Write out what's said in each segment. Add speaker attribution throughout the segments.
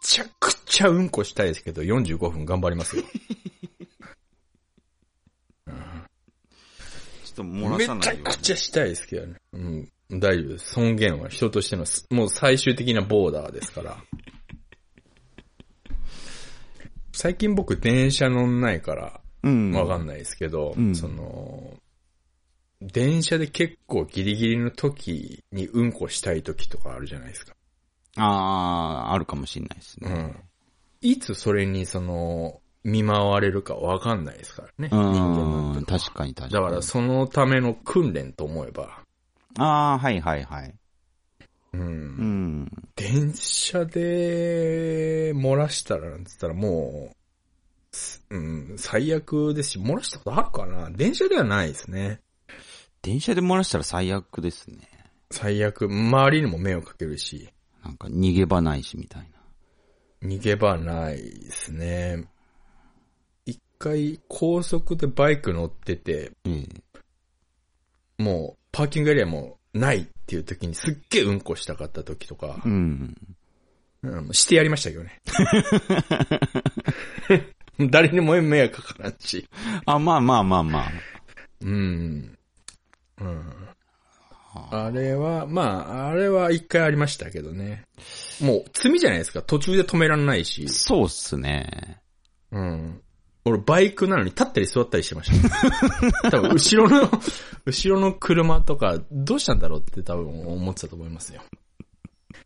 Speaker 1: ちゃうんこしたいですけど、45分頑張りますよ。
Speaker 2: ちょっと 漏ら
Speaker 1: め
Speaker 2: さない
Speaker 1: ち
Speaker 2: よ
Speaker 1: ゃ
Speaker 2: うに。
Speaker 1: くちゃしたいですけどね。うん。大丈夫です。尊厳は人としてのす、もう最終的なボーダーですから。最近僕電車乗んないから、
Speaker 2: うん。
Speaker 1: わか
Speaker 2: ない。
Speaker 1: んないですけど、
Speaker 2: うん
Speaker 1: その、電車で結構ギリギリの時にうんこしたい時とかあるじゃないですか。
Speaker 2: ああ、あるかもしれないです
Speaker 1: う
Speaker 2: ね。
Speaker 1: ん。いつそれにその、見舞われるかわかんないですからね。人間
Speaker 2: う
Speaker 1: なん
Speaker 2: ん。
Speaker 1: て。
Speaker 2: 確かに確か
Speaker 1: だ
Speaker 2: に。
Speaker 1: からそのための訓練と思えば、
Speaker 2: ああ、はいはいはい。
Speaker 1: うん。
Speaker 2: うん。
Speaker 1: 電車で漏らしたらなんつったらもう、すうん、最悪ですし、漏らしたことあるかな電車ではないですね。
Speaker 2: 電車で漏らしたら最悪ですね。
Speaker 1: 最悪、周りにも迷惑かけるし。
Speaker 2: なんか逃げ場ないしみたいな。
Speaker 1: 逃げ場ないですね。一回高速でバイク乗ってて、
Speaker 2: え
Speaker 1: もうパーキングエリアもないっていう時にすっげえうんこしたかった時とか
Speaker 2: え。う、ん。
Speaker 1: うんしてやりましたけどね。 誰にも迷惑かからんし。
Speaker 2: あ、まあまあまあまあ。
Speaker 1: うん。うん。あれは、まあ、あれは一回ありましたけどね。もう罪じゃないですか。途中で止めらんないし。
Speaker 2: そうっすね。
Speaker 1: うん。俺、バイクなのに立ったり座ったりしてま した。多分、後ろの、後ろの車とか、どうしたんだろうって多分思ってたと思いますよ。うん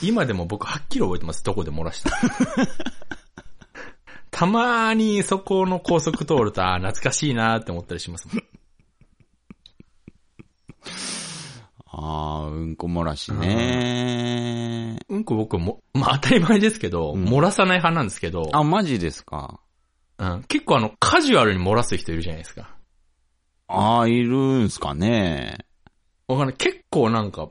Speaker 1: 今でも僕、はっきり覚えてます。どこで漏ら したか。たまにそこの高速通ると、あー懐かしいなーって思ったりしますもん。
Speaker 2: ああ、うんこ漏らしね。
Speaker 1: うんこ僕も、まあ当たり前ですけど、
Speaker 2: うん
Speaker 1: 漏らさない派なんですけど、
Speaker 2: あ、マジですか。
Speaker 1: うん、結構あの、カジュアルに漏らす人いるじゃないですか。
Speaker 2: ああ、いるんすかね。
Speaker 1: わかんない。結構なんか、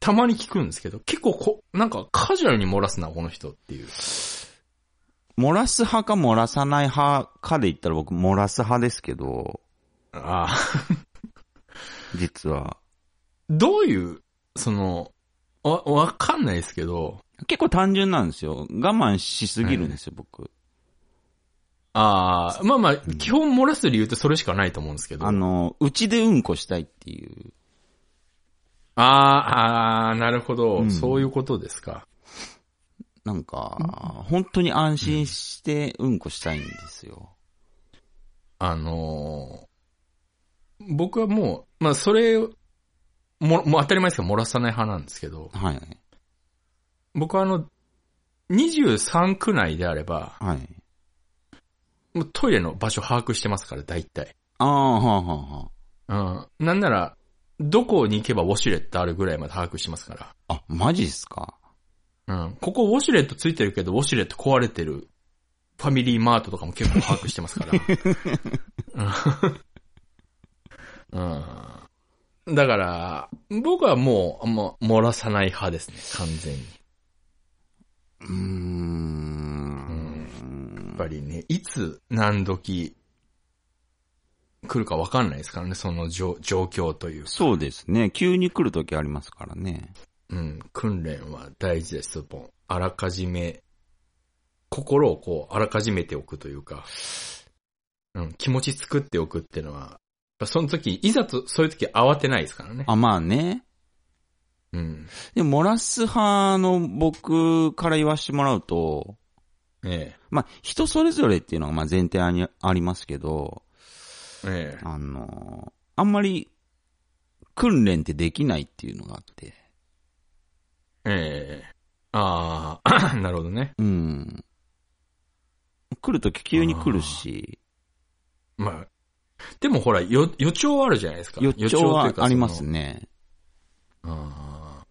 Speaker 1: たまに聞くんですけど、結構こ、なんかカジュアルに漏らすな、この人っていう。
Speaker 2: 漏らす派か漏らさない派かで言ったら僕漏らす派ですけど、
Speaker 1: ああ。
Speaker 2: 実は。
Speaker 1: どういう、その、わ、わかんないですけど、
Speaker 2: 結構単純なんですよ。我慢しすぎるんですよ、僕。
Speaker 1: ああ、まあまあ、基本漏らす理由ってそれしかないと思うんですけど。
Speaker 2: あの、うちでうんこしたいっていう。
Speaker 1: ああ、ああ、なるほど、
Speaker 2: うん
Speaker 1: そういうことですか。
Speaker 2: なんか、本当に安心してうんこしたいんですよ。
Speaker 1: あのー僕はもう、まあそれ、も、もう当たり前ですけど、漏らさない派なんですけど、
Speaker 2: はい。
Speaker 1: 僕はあの、23区内であれば、
Speaker 2: はい。
Speaker 1: もうトイレの場所把握してますから、大体。
Speaker 2: ああ、はあ、はあ、は
Speaker 1: うん。なんなら、どこに行けばウォシュレットあるぐらいまで把握してますか。
Speaker 2: あ。あ、マジっすから
Speaker 1: うん。ここウォシュレットついてるけど、ウォシュレット壊れてるファミリーマートとかも結構把握してますから。うん。だから、僕はもう、もう漏らさない派ですね、完全に。
Speaker 2: うーん。
Speaker 1: やっぱりね、いつ何時来るかわかんないですからね、その状状況というか
Speaker 2: そうですね。急に来るときありますからね。
Speaker 1: うん、訓練は大事です、ポン。あらかじめ、心をこう、あらかじめておくというか、うん、気持ち作っておくっていうのは、やっぱその時、いざと、そういう時慌てないですからね。
Speaker 2: あ、まあね。
Speaker 1: うん。
Speaker 2: でも、漏らす派の僕から言わしてもらうと、
Speaker 1: え
Speaker 2: まあ、人それぞれっていうのがまあ前提にありますけど、
Speaker 1: え、ええ。
Speaker 2: あの、あんまり訓練ってできないっていうのがあって。
Speaker 1: ええ。ああ、 なるほどね。
Speaker 2: うん。来るとき急に来るし、
Speaker 1: まあ。でもほら、よ予兆はあるじゃないですか。
Speaker 2: 予兆
Speaker 1: と
Speaker 2: は
Speaker 1: いうか
Speaker 2: あります。ね。
Speaker 1: そのあ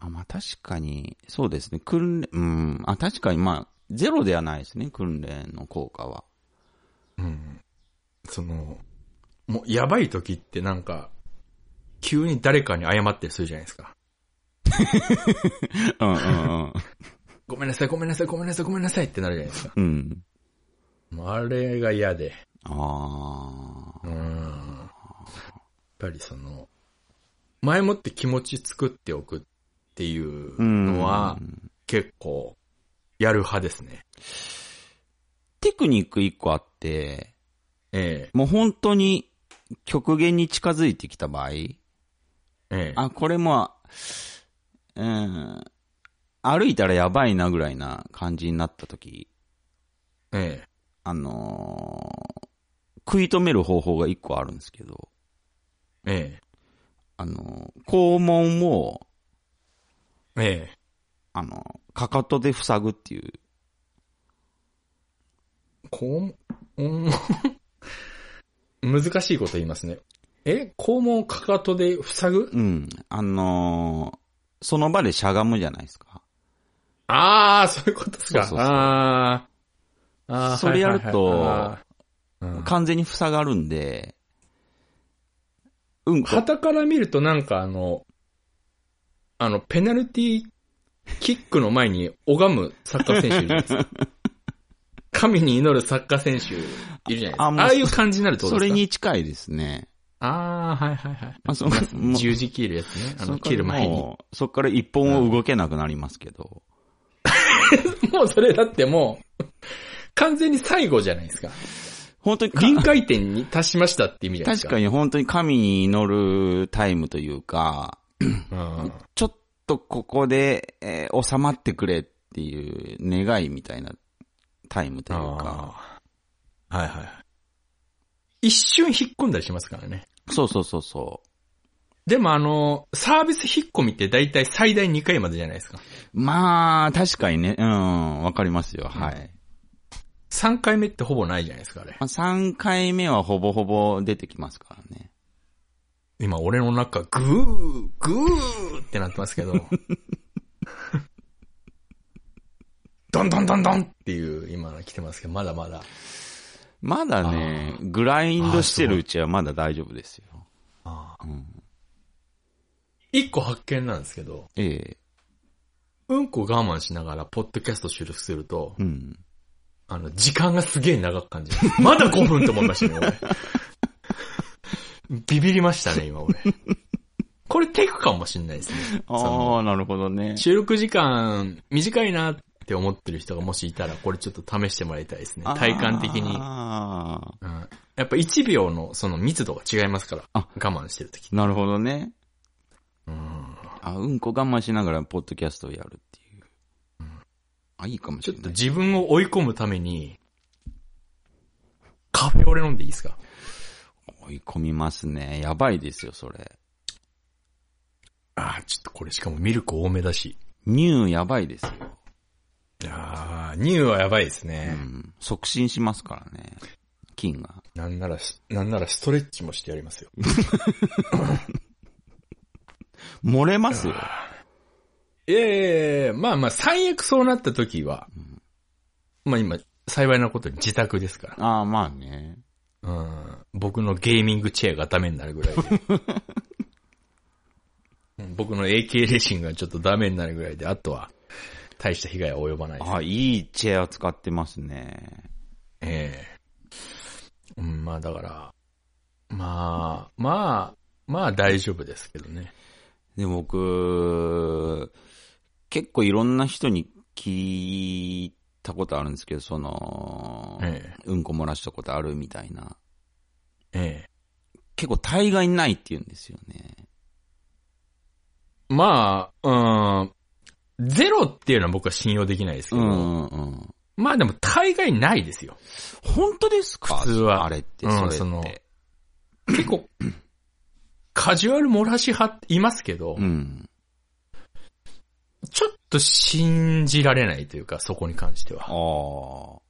Speaker 2: あ、まあ確かに、そうですね。訓練、うん。あ、確かにまあ、ゼロではないですね。訓練の効果 は。
Speaker 1: あ、うん。その、もう、やばい時ってなんか、急に誰かに謝ったりするじゃないですか。
Speaker 2: うんうん
Speaker 1: ごめんなさい、ごめんなさい、ごめんなさい、ごめんなさいってなるじゃないですか。
Speaker 2: うん。うん。
Speaker 1: もうあれが嫌で。
Speaker 2: あ
Speaker 1: うーん。やっぱりその、前もって気持ち作っておくっていう
Speaker 2: あ。うん。
Speaker 1: のは、結構やる派ですね。
Speaker 2: テクニック一個あって、
Speaker 1: え
Speaker 2: もう本当に極限に近づいてきた場合、
Speaker 1: えええ
Speaker 2: あ、これも、うん、歩いたらやばいなぐらいな感じになった時、
Speaker 1: ええ
Speaker 2: あのー食い止める方法が一個あるんですけど、
Speaker 1: え
Speaker 2: あのー肛門を、
Speaker 1: ええ
Speaker 2: あのーかかとで塞ぐっていう、
Speaker 1: え肛門、うん、 難しいこと言いますね。え肛門をかかとで塞ぐ
Speaker 2: うん、あのーその場でしゃがむじゃないですか。
Speaker 1: ああ、そういうことですか。
Speaker 2: そうそうそう
Speaker 1: あーあー。
Speaker 2: それやると
Speaker 1: はいはいはいあーうん
Speaker 2: 完全に塞がるんで、うんこ、
Speaker 1: 旗から見るとなんかあの、あの、ペナルティーキックの前に拝むサッカー選手いるじゃないです か。神に祈るサッカー選手いるじゃないですか。
Speaker 2: あ
Speaker 1: あ
Speaker 2: もう
Speaker 1: あいう感じになるってことで
Speaker 2: そ
Speaker 1: す
Speaker 2: れ
Speaker 1: か
Speaker 2: に近いですね。
Speaker 1: ああ、はいはいはい。
Speaker 2: ま あ、その、もう
Speaker 1: 十字切るやつね。あ
Speaker 2: そ
Speaker 1: の、
Speaker 2: っから
Speaker 1: 切る前に。も
Speaker 2: もうそっから一本を動けなくなりますけど。
Speaker 1: うそれだってもう、完全に最後じゃないですか。
Speaker 2: 本当にか
Speaker 1: 臨界点に達しましたって意味じゃないです
Speaker 2: 確
Speaker 1: か。
Speaker 2: かに本当に神に祈るタイムというか、
Speaker 1: うん
Speaker 2: ちょっとここで、えー収まってくれっていう願いみたいなタイムというか。
Speaker 1: あーはいはい。一瞬引っ込んだりしますからね。
Speaker 2: そうそうそうそう。
Speaker 1: でもあの、サービス引っ込みって大体最大2回までじゃないですか。
Speaker 2: まあ、確かにね、うん、わかりますよ、はい。
Speaker 1: 3回目ってほぼないじゃないですか、あれ。
Speaker 2: まあ、3回目はほぼほぼ出てきますからね。
Speaker 1: 今俺の中、グー、グーってなってますけど。 どんどんどんどんっていう今の来てますけど、まだまだ。
Speaker 2: まだね、グラインドしてるうちはまだ大丈夫ですよ。うん、
Speaker 1: 一個発見なんですけど、
Speaker 2: ええ
Speaker 1: うんこ我慢しながらポッドキャスト収録すると、
Speaker 2: うん。
Speaker 1: あの、時間がすげえ長く感じる。 まだ5分と思いましたね、俺。ビビりましたね、今俺。これテクかもしんないですね。
Speaker 2: ああ、なるほどね。
Speaker 1: 収録時間短いなって思ってる人がもしいたら、これちょっと試してもらいたいですね。体感的に。
Speaker 2: ああ。
Speaker 1: うんやっぱ1秒のその密度が違いますから、
Speaker 2: あ
Speaker 1: 我慢してるとき。
Speaker 2: なるほどね。
Speaker 1: うん
Speaker 2: あ、うんこ我慢しながらポッドキャストをやるっていう。あ、いいかもし
Speaker 1: ちょ
Speaker 2: れ
Speaker 1: っ
Speaker 2: な
Speaker 1: と
Speaker 2: い。
Speaker 1: 自分を追い込むために、カフェオレ飲んでいいですか
Speaker 2: 追い込みますね。やばいですよ、それ。
Speaker 1: ああ、ちょっとこれしかもミルク多めだし。
Speaker 2: 乳やばいですよ。
Speaker 1: ああ、乳はやばいです
Speaker 2: う
Speaker 1: ね。
Speaker 2: ん。促進しますからね。菌が。
Speaker 1: なんならし、なんならストレッチもしてやりますよ。
Speaker 2: 漏れますよ。
Speaker 1: いやいやいやまあまあ、最悪そうなった時は、まあ今、幸いなことに自宅ですか
Speaker 2: ああ、まあね。
Speaker 1: ら。うん。僕のゲーミングチェアがダメになるぐらいで。うん僕の AK レーシングがちょっとダメになるぐらいで、あとは、大した被害は及ばないです。
Speaker 2: あいいチェア使ってますね。
Speaker 1: ええうん、まあだから、まあ、まあ、まあ大丈夫ですけどね。
Speaker 2: で、僕、結構いろんな人に聞いたことあるんですけど、その、
Speaker 1: え
Speaker 2: うんこ漏らしたことあるみたいな。
Speaker 1: ええ
Speaker 2: 結構大概ないって言うんですよね。
Speaker 1: えまあ、うん、ゼロっていうのは僕は信用できないですけ
Speaker 2: う
Speaker 1: ど、
Speaker 2: んうん。
Speaker 1: まあでも大概ないですよ。
Speaker 2: 本当ですか
Speaker 1: 普通は
Speaker 2: あれって、
Speaker 1: うんそ
Speaker 2: それっ
Speaker 1: の
Speaker 2: て。
Speaker 1: 結構、カジュアル漏らし派っていますけど、
Speaker 2: うん。
Speaker 1: ちょっと信じられないというか、そこに関して
Speaker 2: あ
Speaker 1: は。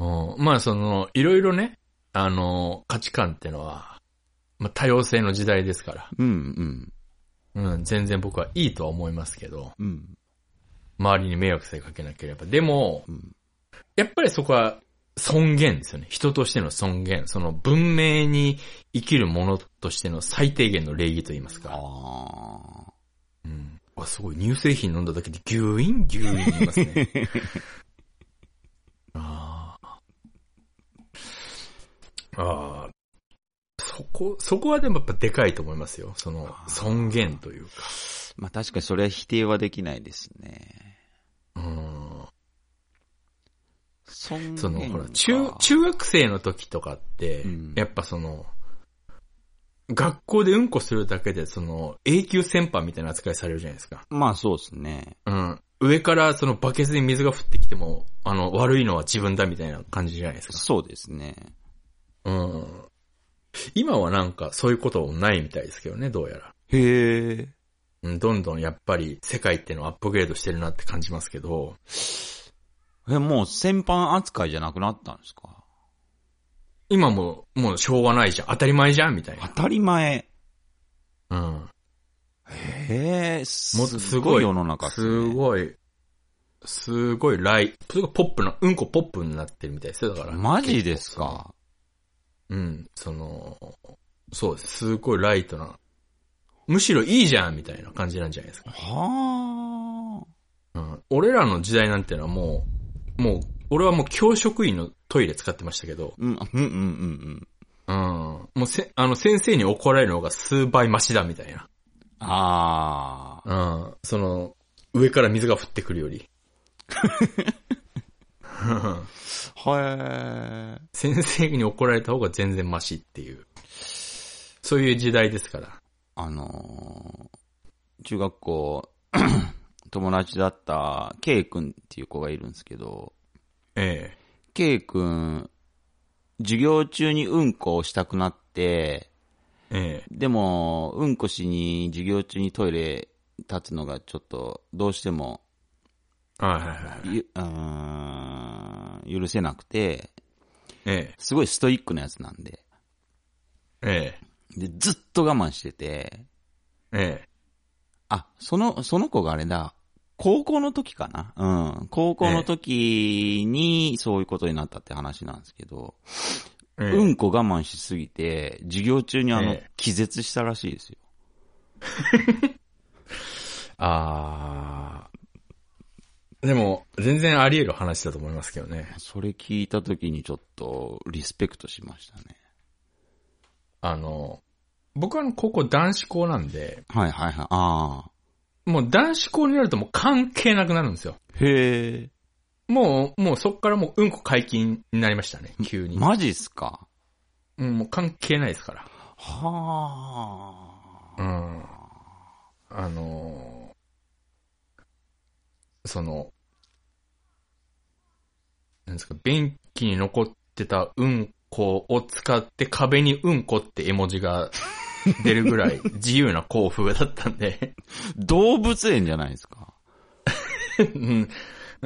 Speaker 2: あ。
Speaker 1: うん、まあその、いろいろね、あの、価値観ってのは、まあ多様性の時代ですから、
Speaker 2: うんうん。
Speaker 1: うん、全然僕はいいとは思いますけど、
Speaker 2: うん。
Speaker 1: 周りに迷惑さえかけなければ。でも、
Speaker 2: うん。
Speaker 1: やっぱりそこは尊厳ですよね。人としての尊厳。その文明に生きるものとしての最低限の礼儀と言います
Speaker 2: あ
Speaker 1: か。
Speaker 2: あ。
Speaker 1: うん。あ、すごい。乳製品飲んだだけでギューイン、ギューイン言いますね。 ああ。ああ。そこ、そこはでもやっぱでかいと思いますよ。その尊厳というか。
Speaker 2: まあ確かにそれは否定はできないですね。
Speaker 1: うん。
Speaker 2: そ
Speaker 1: その、ほら、中、中学生の時とかって、
Speaker 2: うん
Speaker 1: やっぱその、学校でうんこするだけで、その、永久先輩みたいな扱いされるじゃないですか。
Speaker 2: まあそうですね。
Speaker 1: うん。上からそのバケツに水が降ってきても、あの、悪いのは自分だみたいな感じじゃないですか。
Speaker 2: そうですね。
Speaker 1: うん。今はなんかそういうことないみたいですけどね、どうやら。
Speaker 2: へえ。
Speaker 1: うん、どんどんやっぱり世界ってのはアップグレードしてるなって感じますけど、
Speaker 2: え、もう先般扱いじゃなくなったんですか
Speaker 1: 今ももうしょうがないじゃん、当たり前じゃんみたい
Speaker 2: 当たり前。
Speaker 1: な。うん。
Speaker 2: へえ、す
Speaker 1: もっとすごい
Speaker 2: 世の中っ
Speaker 1: す
Speaker 2: すね。
Speaker 1: ごい、すごいライ、それがポップな、うんこポップになってるみたいですよ、だから。
Speaker 2: マジですか
Speaker 1: うん、その、そうです。すごいライトな。むしろいいじゃんみたいな感じなんじゃないですか。
Speaker 2: はあ。
Speaker 1: うん。俺らの時代なんてのはもう、もう、俺はもう教職員のトイレ使ってましたけど、
Speaker 2: うん、うん、うん、うんうん。
Speaker 1: うん。もうせ、あの、先生に怒られるのが数倍マシだみたいな。
Speaker 2: ああ。
Speaker 1: うん。その、上から水が降ってくるより。うん
Speaker 2: はえ。
Speaker 1: 先生に怒られた方が全然マシっていう。そういう時代ですから。
Speaker 2: あのー中学校、 友達だった、K 君っていう子がいるんですけど、
Speaker 1: え
Speaker 2: K 君、授業中にうんこをしたくなって、
Speaker 1: え。え
Speaker 2: でも、うんこしに授業中にトイレ立つのがちょっと、どうしても、
Speaker 1: え。はいはいはい。
Speaker 2: ゆうーん許せなくて、
Speaker 1: ええ。
Speaker 2: すごいストイックなやつなんで、
Speaker 1: え
Speaker 2: でずっと我慢してて、
Speaker 1: え。ええ。
Speaker 2: あ、その、その子があれだ。高校の時かなうん。高校の時にそういうことになったって話なんですけど、
Speaker 1: ええ
Speaker 2: うんこ我慢しすぎて、授業中にあの
Speaker 1: ええ、
Speaker 2: 気絶したらしいですよ。
Speaker 1: あー。でも、全然あり得る話だと思いますけどね。
Speaker 2: それ聞いた時にちょっと、リスペクトしましたね。
Speaker 1: あの、僕はあの高校男子校なんで、
Speaker 2: はいはいはい。あ
Speaker 1: もう男子校になるともう関係なくなるんですよ。
Speaker 2: あ。へえ。
Speaker 1: もう、もうそっからもううんこ解禁になりましたね、急に。
Speaker 2: マジっすか
Speaker 1: うん、もう関係ないですから。
Speaker 2: はあ。
Speaker 1: うん。あのーその、なんですか、便器に残ってたうんこを使って壁にうんこって絵文字が出るぐらい自由な校風だったんで、
Speaker 2: 動物園じゃないですか。
Speaker 1: うん。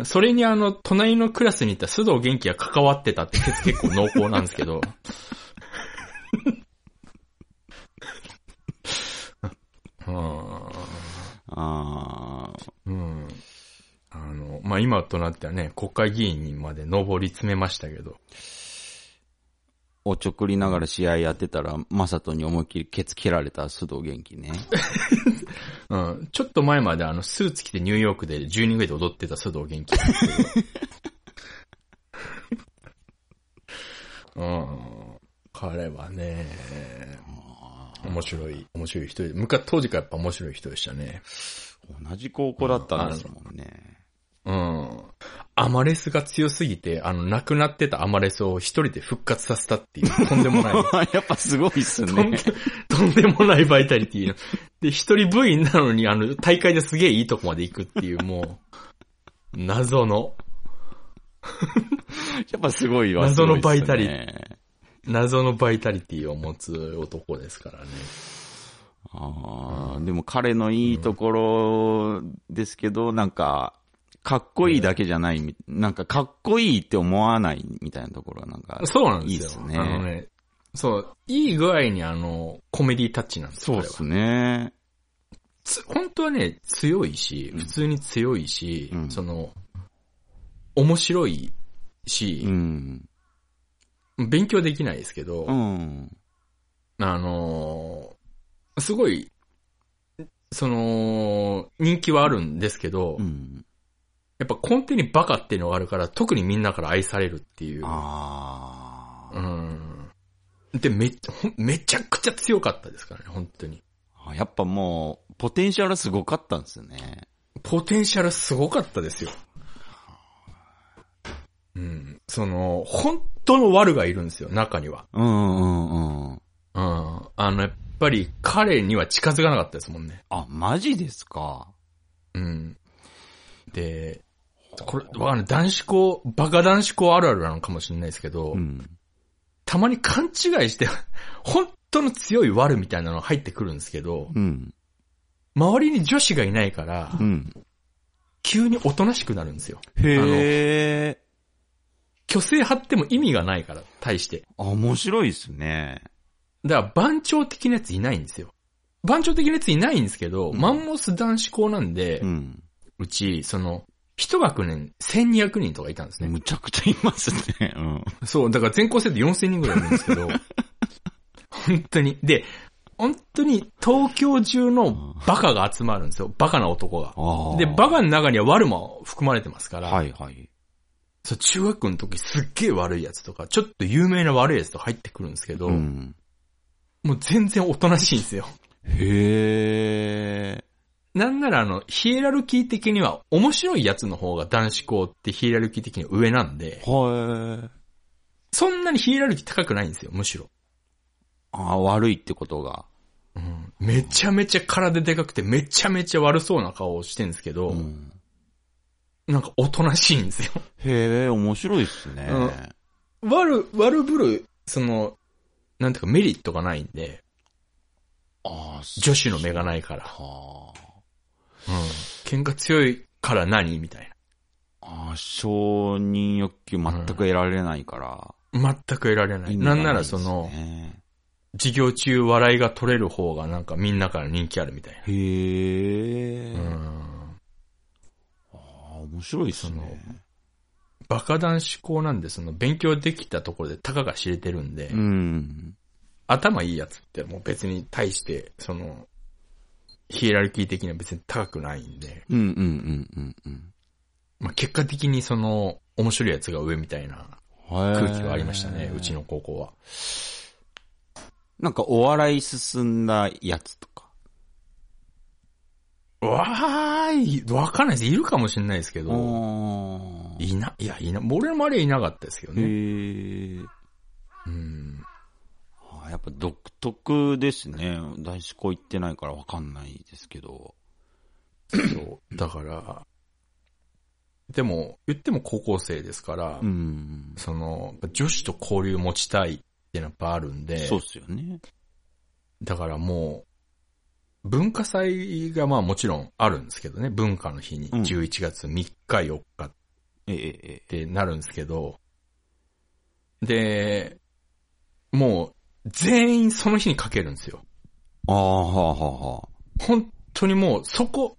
Speaker 1: それにあの、隣のクラスにいた須藤元気が関わってたって説結構濃厚なんですけど。 うん
Speaker 2: ああ。
Speaker 1: うん。あの、まあ、今となってはね、国会議員にまで上り詰めましたけど。
Speaker 2: おちょくりながら試合やってたら、マサトに思いっきりケツ切られた須藤元気ね。
Speaker 1: うん。ちょっと前まであの、スーツ着てニューヨークで10人ぐらいで踊ってた須藤元気。うん。彼はね、面白い、面白い人で、昔、当時からやっぱ面白い人でしたね。
Speaker 2: 同じ高校だったんですもんね。
Speaker 1: うん。アマレスが強すぎて、あの、亡くなってたアマレスを一人で復活させたっていう、とんでもない。
Speaker 2: やっぱすごいっす
Speaker 1: とんで。
Speaker 2: ね
Speaker 1: とんでもないバイタリティの。で、一人部員なのに、あの、大会ですげえいいとこまで行くっていう、もう、 謎の、
Speaker 2: やっぱすごいわ。
Speaker 1: 謎の
Speaker 2: すごいっ
Speaker 1: バ
Speaker 2: すね
Speaker 1: イタリ謎のバイタリティを持つ男ですからね。
Speaker 2: あーでも彼のいいところですけど、なんか、かっこいいだけじゃないみ、なんかかっこいいって思わないみたいなところがなんか、
Speaker 1: そうなんですよ。
Speaker 2: いいっすね
Speaker 1: あのね、そう、いい具合にあの、コメディタッチなんです
Speaker 2: そう
Speaker 1: よ。
Speaker 2: っすね。
Speaker 1: つ本当はね、強いし、普通に強いし、
Speaker 2: うん
Speaker 1: その、面白いし
Speaker 2: う、ん。
Speaker 1: 勉強できないですけど、
Speaker 2: うん。
Speaker 1: あのーすごい、その、人気はあるんですけど、
Speaker 2: うん。
Speaker 1: やっぱ根底にバカっていうのがあるから、特にみんなから愛されるっていう。
Speaker 2: あー
Speaker 1: うん。で、めっちゃ、ほんめちゃくちゃ強かったですからね、本当に。
Speaker 2: あ。やっぱもう、ポテンシャルはすごかったんですよね。
Speaker 1: ポテンシャルすごかったですよ。うん。その、本当の悪がいるんですよ、中には。
Speaker 2: うんうんう
Speaker 1: う
Speaker 2: ん。
Speaker 1: ん。あの、やっぱり彼には近づかなかったですもんね。
Speaker 2: あ、マジですか。
Speaker 1: うん。で、これ、わかんない。男子校、バカ男子校あるあるなのかもしれないですけど、
Speaker 2: うん。
Speaker 1: たまに勘違いして、 本当の強い悪みたいなの入ってくるんですけど、
Speaker 2: うん。
Speaker 1: 周りに女子がいないから、
Speaker 2: うん。
Speaker 1: 急におとなしくなるんですよ。
Speaker 2: へえ。
Speaker 1: 虚勢張っても意味がないから、対して。
Speaker 2: あ、面白いですね。
Speaker 1: だから番長的なやついないんですよ。番長的なやついないんですけど、
Speaker 2: うん
Speaker 1: マンモス男子校なんで、う
Speaker 2: うん。
Speaker 1: ち、その、一学年1200人とかいたんですね。
Speaker 2: むちゃくちゃいますね。うん。
Speaker 1: そう、だから全校生徒4000人ぐらいいるんです けど、本当に。で、本当に東京中のバカが集まるんですよ。バカな男が。
Speaker 2: ああ。
Speaker 1: で、バカの中には悪も含まれてますから、
Speaker 2: はいはい。
Speaker 1: そう中学の時すっげえ悪いやつとか、ちょっと有名な悪いやつとか入ってくるんですけど、
Speaker 2: うん。
Speaker 1: もう全然おとなしいんですよ。
Speaker 2: へえ。
Speaker 1: なんならあの、ヒエラルキー的には面白いやつの方が男子校ってヒエラルキー的には上なんで、
Speaker 2: はい。
Speaker 1: そんなにヒエラルキー高くないんですよ、むしろ。
Speaker 2: あ、悪いってことが。
Speaker 1: うんめちゃめちゃ体でかくてめちゃめちゃ悪そうな顔をしてるんですけど、
Speaker 2: うん。
Speaker 1: なんかおとなしいんですよ。
Speaker 2: へえ、面白いっすね。
Speaker 1: うん 悪、悪ぶる、その、なんていうかメリットがないんで、
Speaker 2: ああ、そ
Speaker 1: 女子の目がないから。
Speaker 2: っか。
Speaker 1: うん。喧嘩強いから何みたい
Speaker 2: ああ、承認欲求全く得られないから。
Speaker 1: な。全く得られない。
Speaker 2: 意味
Speaker 1: な
Speaker 2: が
Speaker 1: んなら
Speaker 2: いです
Speaker 1: そ
Speaker 2: ね
Speaker 1: の、授業中笑いが取れる方がなんかみんなから人気あるみたい
Speaker 2: へえ、
Speaker 1: な。うん。
Speaker 2: ああ、面白いっす
Speaker 1: そ
Speaker 2: ね。
Speaker 1: バカ男子校なんでその勉強できたところでたかが知れてるんで、
Speaker 2: うん。
Speaker 1: 頭いいやつってもう別に対して、その、ヒエラルキー的には別に高くないんで、
Speaker 2: うんうんうんうんうん。
Speaker 1: まあ、結果的にその、面白いやつが上みたいな空気はありましたね、うち
Speaker 2: の。
Speaker 1: の高校は。
Speaker 2: なんかお笑い進んだやつとか。
Speaker 1: わーい、わかんないです。いるかもしれないですけ
Speaker 2: あ
Speaker 1: ど、
Speaker 2: あ。
Speaker 1: いな、いや、いな、俺の周りはいなかったですけどね。
Speaker 2: へえ。
Speaker 1: うん。
Speaker 2: ああやっぱ独特ですね。男子校行ってないからわかんないですけど。
Speaker 1: そう。だから、でも、言っても高校生ですから、
Speaker 2: うん。
Speaker 1: その、女子と交流持ちたいっていうのはやっぱあるんで、
Speaker 2: そうっすよね。
Speaker 1: だからもう、文化祭がまあもちろんあるんですけどね、文化の日に
Speaker 2: うん
Speaker 1: 11月3日4日っ
Speaker 2: ええええ。
Speaker 1: てなるんですけど、で、もう全員その日にかけるんですよ。
Speaker 2: ああ、はあはあはあ。
Speaker 1: 本当にもうそこ、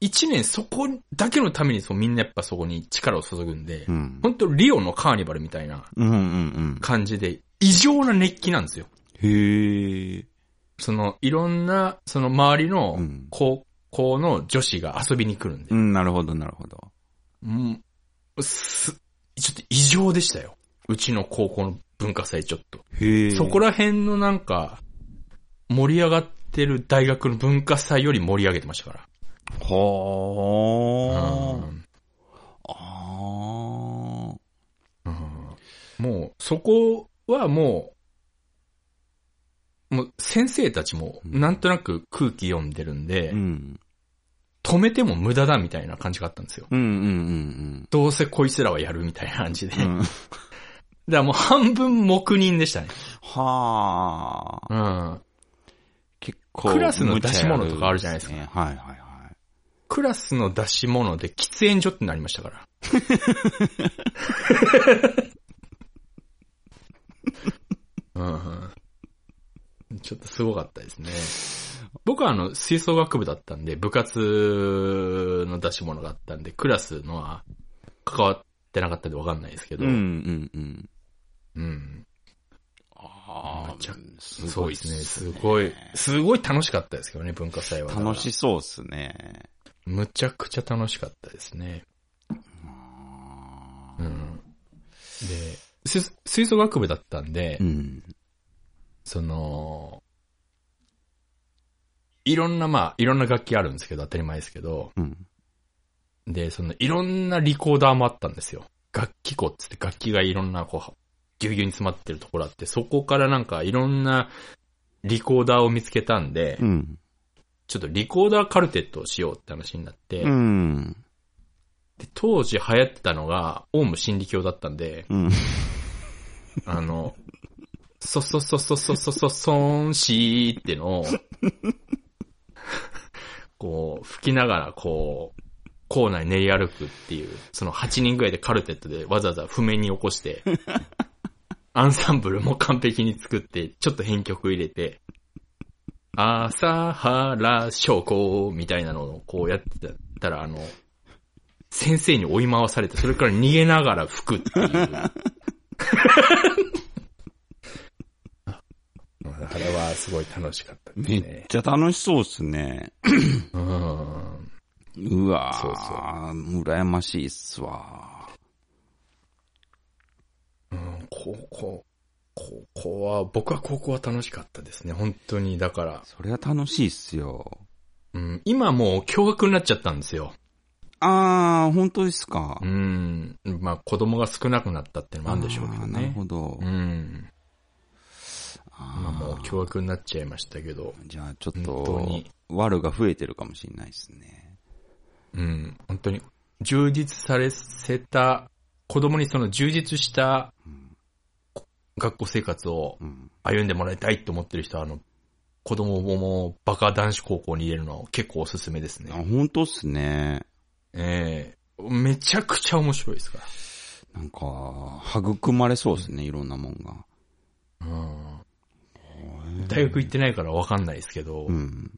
Speaker 1: 1年そこだけのためにそうみんなやっぱそこに力を注ぐんで
Speaker 2: う、ん。
Speaker 1: 本当リオのカーニバルみたいな
Speaker 2: うんうんうん。
Speaker 1: 感じで異常な熱気なんですよ。
Speaker 2: へえ。
Speaker 1: そのいろんなその周りの
Speaker 2: うん。
Speaker 1: 高校の女子が遊びに来るんで
Speaker 2: う。ん、なるほど、なるほど。
Speaker 1: うん。す、ちょっと異常でしたよ。うちの高校の文化祭ちょっと。
Speaker 2: へえ。
Speaker 1: そこら辺のなんか、盛り上がってる大学の文化祭より盛り上げてましたか
Speaker 2: は
Speaker 1: ら。
Speaker 2: あ。
Speaker 1: うん
Speaker 2: あ
Speaker 1: うんもう、そこはもう、もう先生たちも
Speaker 2: うん
Speaker 1: なんとなく空気読んでるんで、
Speaker 2: あ。うん。
Speaker 1: 止めても無駄だみたいな感じがあったんですよ。
Speaker 2: うんうん
Speaker 1: どうせこいつらはやるみたいな感じで。
Speaker 2: うん
Speaker 1: だか
Speaker 2: うん。うん
Speaker 1: らもう半分黙認でしたね。
Speaker 2: はあ。
Speaker 1: うん。
Speaker 2: 結構。
Speaker 1: クラスの出し物とかあるじゃないですか
Speaker 2: ねはいはいはい。
Speaker 1: クラスの出し物で喫煙所ってなりましたから。うんうん、ちょっとすごかったですね。僕はあの、吹奏楽部だったんで、部活の出し物があったんで、クラスのは関わってなかったんでわかんないですけど、
Speaker 2: うんうんうん。
Speaker 1: うん
Speaker 2: ああ
Speaker 1: めちゃ、
Speaker 2: す
Speaker 1: そう
Speaker 2: ごい
Speaker 1: で
Speaker 2: っ
Speaker 1: すね。すごい、すごい楽しかったですけどね、文化祭は。
Speaker 2: 楽しそうっすね。
Speaker 1: むちゃくちゃ楽しかったですね。
Speaker 2: あ
Speaker 1: う
Speaker 2: ー
Speaker 1: ん。で、吹吹奏楽部だったんで、
Speaker 2: うん。
Speaker 1: その、いろんな、まあ、いろんな楽器あるんですけど、当たり前ですけど、
Speaker 2: うん。
Speaker 1: で、その、いろんなリコーダーもあったんですよ。楽器庫っつって楽器がいろんなこう、ぎゅうぎゅうに詰まってるところあって、そこからなんかいろんなリコーダーを見つけたんで、
Speaker 2: うん。
Speaker 1: ちょっとリコーダーカルテットをしようって話になって、
Speaker 2: うん。
Speaker 1: で当時流行ってたのが、オウム真理教だったんで、
Speaker 2: うん。
Speaker 1: あの、そそそそそそそそーんしーってのを、こう、吹きながらこう、校内練り歩くっていう、その8人ぐらいでカルテットでわざわざ譜面に起こ して、アンサンブルも完璧に作って、ちょっと編曲入れて、朝原将校みたいなのをこうやってたら、あの、先生に追い回されて、それから逃げながら吹くって いう。あれはすごい楽しかったです
Speaker 2: め
Speaker 1: ね
Speaker 2: っ。ちゃ楽しそうっすね。
Speaker 1: うん。
Speaker 2: うわぁ。
Speaker 1: そう
Speaker 2: 羨ましいっすわ。
Speaker 1: 高校、高校は、僕は高校は楽しかったですね。本当に、だから、
Speaker 2: それは楽しいっすよ。
Speaker 1: うん、今もう驚愕になっちゃったんですよ。
Speaker 2: あー、本当ですか
Speaker 1: う。ん。まあ子供が少なくなったってのもあるんでしょうけど
Speaker 2: あ
Speaker 1: ね。
Speaker 2: ーなるほど
Speaker 1: う。ん。まあもう
Speaker 2: あ
Speaker 1: 驚愕になっちゃいましたけど、
Speaker 2: ーじゃあちょっ
Speaker 1: 本当
Speaker 2: と
Speaker 1: に、
Speaker 2: 悪が増えてるかもしれないですね。
Speaker 1: うん。本当に、充実されせた、子供にその充実した
Speaker 2: うん
Speaker 1: 学校生活を
Speaker 2: うん。
Speaker 1: 歩んでもらいたいと思ってる人は、あの、子供をもうバカ男子高校に入れるの結構おすすめです
Speaker 2: あ、
Speaker 1: ね。
Speaker 2: 本当っすね。
Speaker 1: ええめちゃくちゃ面白いですから。
Speaker 2: なんか、育まれそうですね、いろんなもんが。
Speaker 1: うん。大学行ってないからわかんないですけど、
Speaker 2: うん。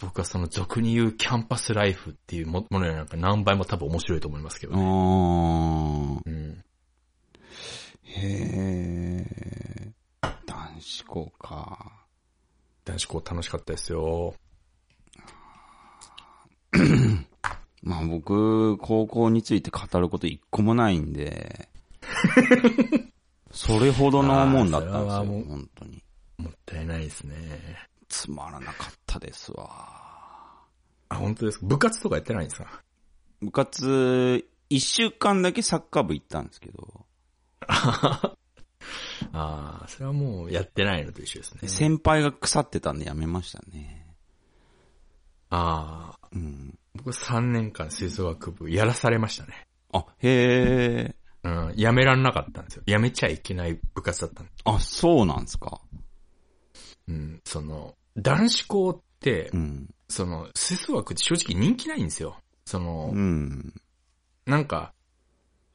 Speaker 1: 僕はその俗に言うキャンパスライフっていうもものよりなんか何倍も多分面白いと思いますけど
Speaker 2: あ
Speaker 1: ね。
Speaker 2: ー。
Speaker 1: うん。
Speaker 2: へえ。男子校か。
Speaker 1: 男子校楽しかったですよ。
Speaker 2: まあ僕、高校について語ること一個もない んで、それほどのもんだったんです
Speaker 1: あーそれは
Speaker 2: よ、
Speaker 1: もう
Speaker 2: 本当に。
Speaker 1: もったいないですね。
Speaker 2: つまらなかったですわ。
Speaker 1: あ、本当ですか部活とかやってないんですか
Speaker 2: 部活、一週間だけサッカー部行ったんですけど、
Speaker 1: ああ、それはもうやってないのと一緒ですね。
Speaker 2: 先輩が腐ってたんでやめましたね。
Speaker 1: ああ、
Speaker 2: うん。
Speaker 1: 僕3年間吹奏楽部やらされましたね。
Speaker 2: あ、へえ。
Speaker 1: うん、やめらんなかったんですよ。やめちゃいけない部活だったんで
Speaker 2: あ、そうなんですか。
Speaker 1: うん、その、男子校って
Speaker 2: う、ん。
Speaker 1: その、吹奏楽って正直人気ないんですよ。その
Speaker 2: う、ん。
Speaker 1: なんか、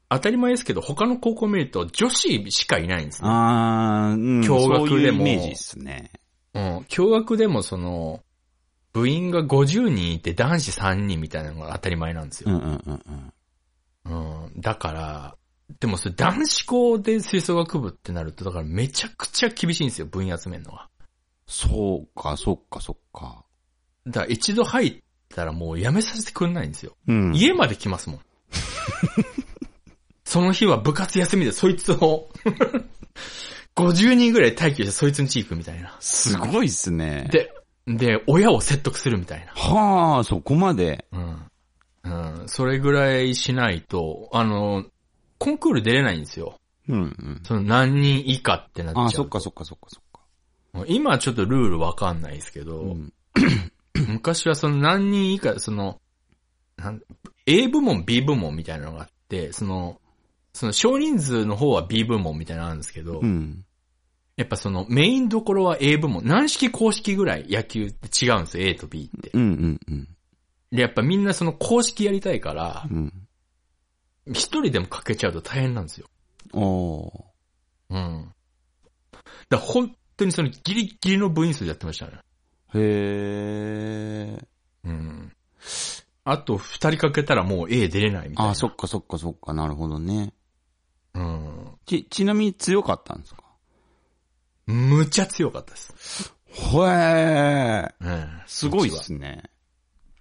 Speaker 1: 当たり前ですけど、他の高校見ると女子しかいないんですね。
Speaker 2: ああ、うん、
Speaker 1: 驚愕
Speaker 2: そうい
Speaker 1: で
Speaker 2: うイ
Speaker 1: も
Speaker 2: メージですね。
Speaker 1: うん、共学でもその、部員が50人いて男子3人みたいなのが当たり前なんです
Speaker 2: うん
Speaker 1: よ。
Speaker 2: うんうんうん。
Speaker 1: うん、だから、でもそれ男子校で吹奏楽部ってなると、だからめちゃくちゃ厳しいんですよ、部員集めるのは。
Speaker 2: そうか、そっか、そっか。
Speaker 1: だから一度入ったらもうやめさせてくんないんですよ。
Speaker 2: うん
Speaker 1: 家まで来ますもん。 その日は部活休みでそいつを、50人ぐらい待機してそいつの家行くみたいな。
Speaker 2: すごいっすね。
Speaker 1: で、で、親を説得するみたいな。
Speaker 2: はあ、そこまで。
Speaker 1: うん。うん、それぐらいしないと、あの、コンクール出れないんですよ。
Speaker 2: うんうん。
Speaker 1: その何人以下ってなっちゃう。
Speaker 2: あ、そっか、そっか、そっか、そっか。
Speaker 1: 今はちょっとルールわかんないですけど、
Speaker 2: うん
Speaker 1: 昔はその何人以下、その、なん A 部門、B 部門みたいなのがあって、その、その少人数の方は B 部門みたいなのあるんですけど、
Speaker 2: うん。
Speaker 1: やっぱそのメインどころは A 部門、軟式公式ぐらい野球って違うんですよ、A と B って。
Speaker 2: うんうんうん。
Speaker 1: で、やっぱみんなその公式やりたいから、
Speaker 2: うん。
Speaker 1: 一人でもかけちゃうと大変なんですよ。
Speaker 2: おー
Speaker 1: うん。だから本当にそのギリギリの部員数でやってましたね。
Speaker 2: へえ。
Speaker 1: うん。あと二人かけたらもう A 出れないみたいな。
Speaker 2: あ、そっか、そっか、そっか、なるほどね。
Speaker 1: うん。
Speaker 2: ち、ちなみに強かったんですか
Speaker 1: むちゃ強かったです。
Speaker 2: ほえー。
Speaker 1: うん。
Speaker 2: すごいっすね。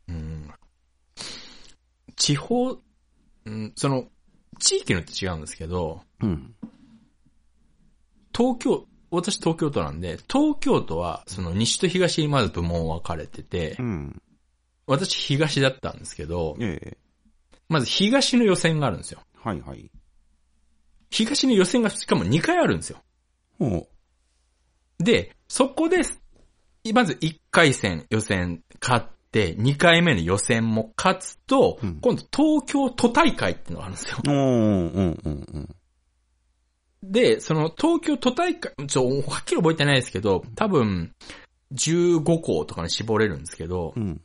Speaker 1: うん。地方、うん、その、地域によって違うんですけど、
Speaker 2: うん。
Speaker 1: 東京、私東京都なんで、東京都は、その西と東にまず部門分かれてて
Speaker 2: う、ん。
Speaker 1: 私東だったんですけど、
Speaker 2: ええ。
Speaker 1: まず東の予選があるんですよ。
Speaker 2: はいはい。
Speaker 1: 東に予選がしかも2回あるんですよ。
Speaker 2: ほ
Speaker 1: で、そこで、まず1回戦予選勝って、2回目の予選も勝つと、
Speaker 2: うん
Speaker 1: 今度東京都大会っていうのがあるんですよ。
Speaker 2: う。うん、うん、うん、うん。
Speaker 1: で、その東京都大会、ちょ、はっきり覚えてないですけど、多分、15校とかに絞れるんですけど
Speaker 2: う、ん。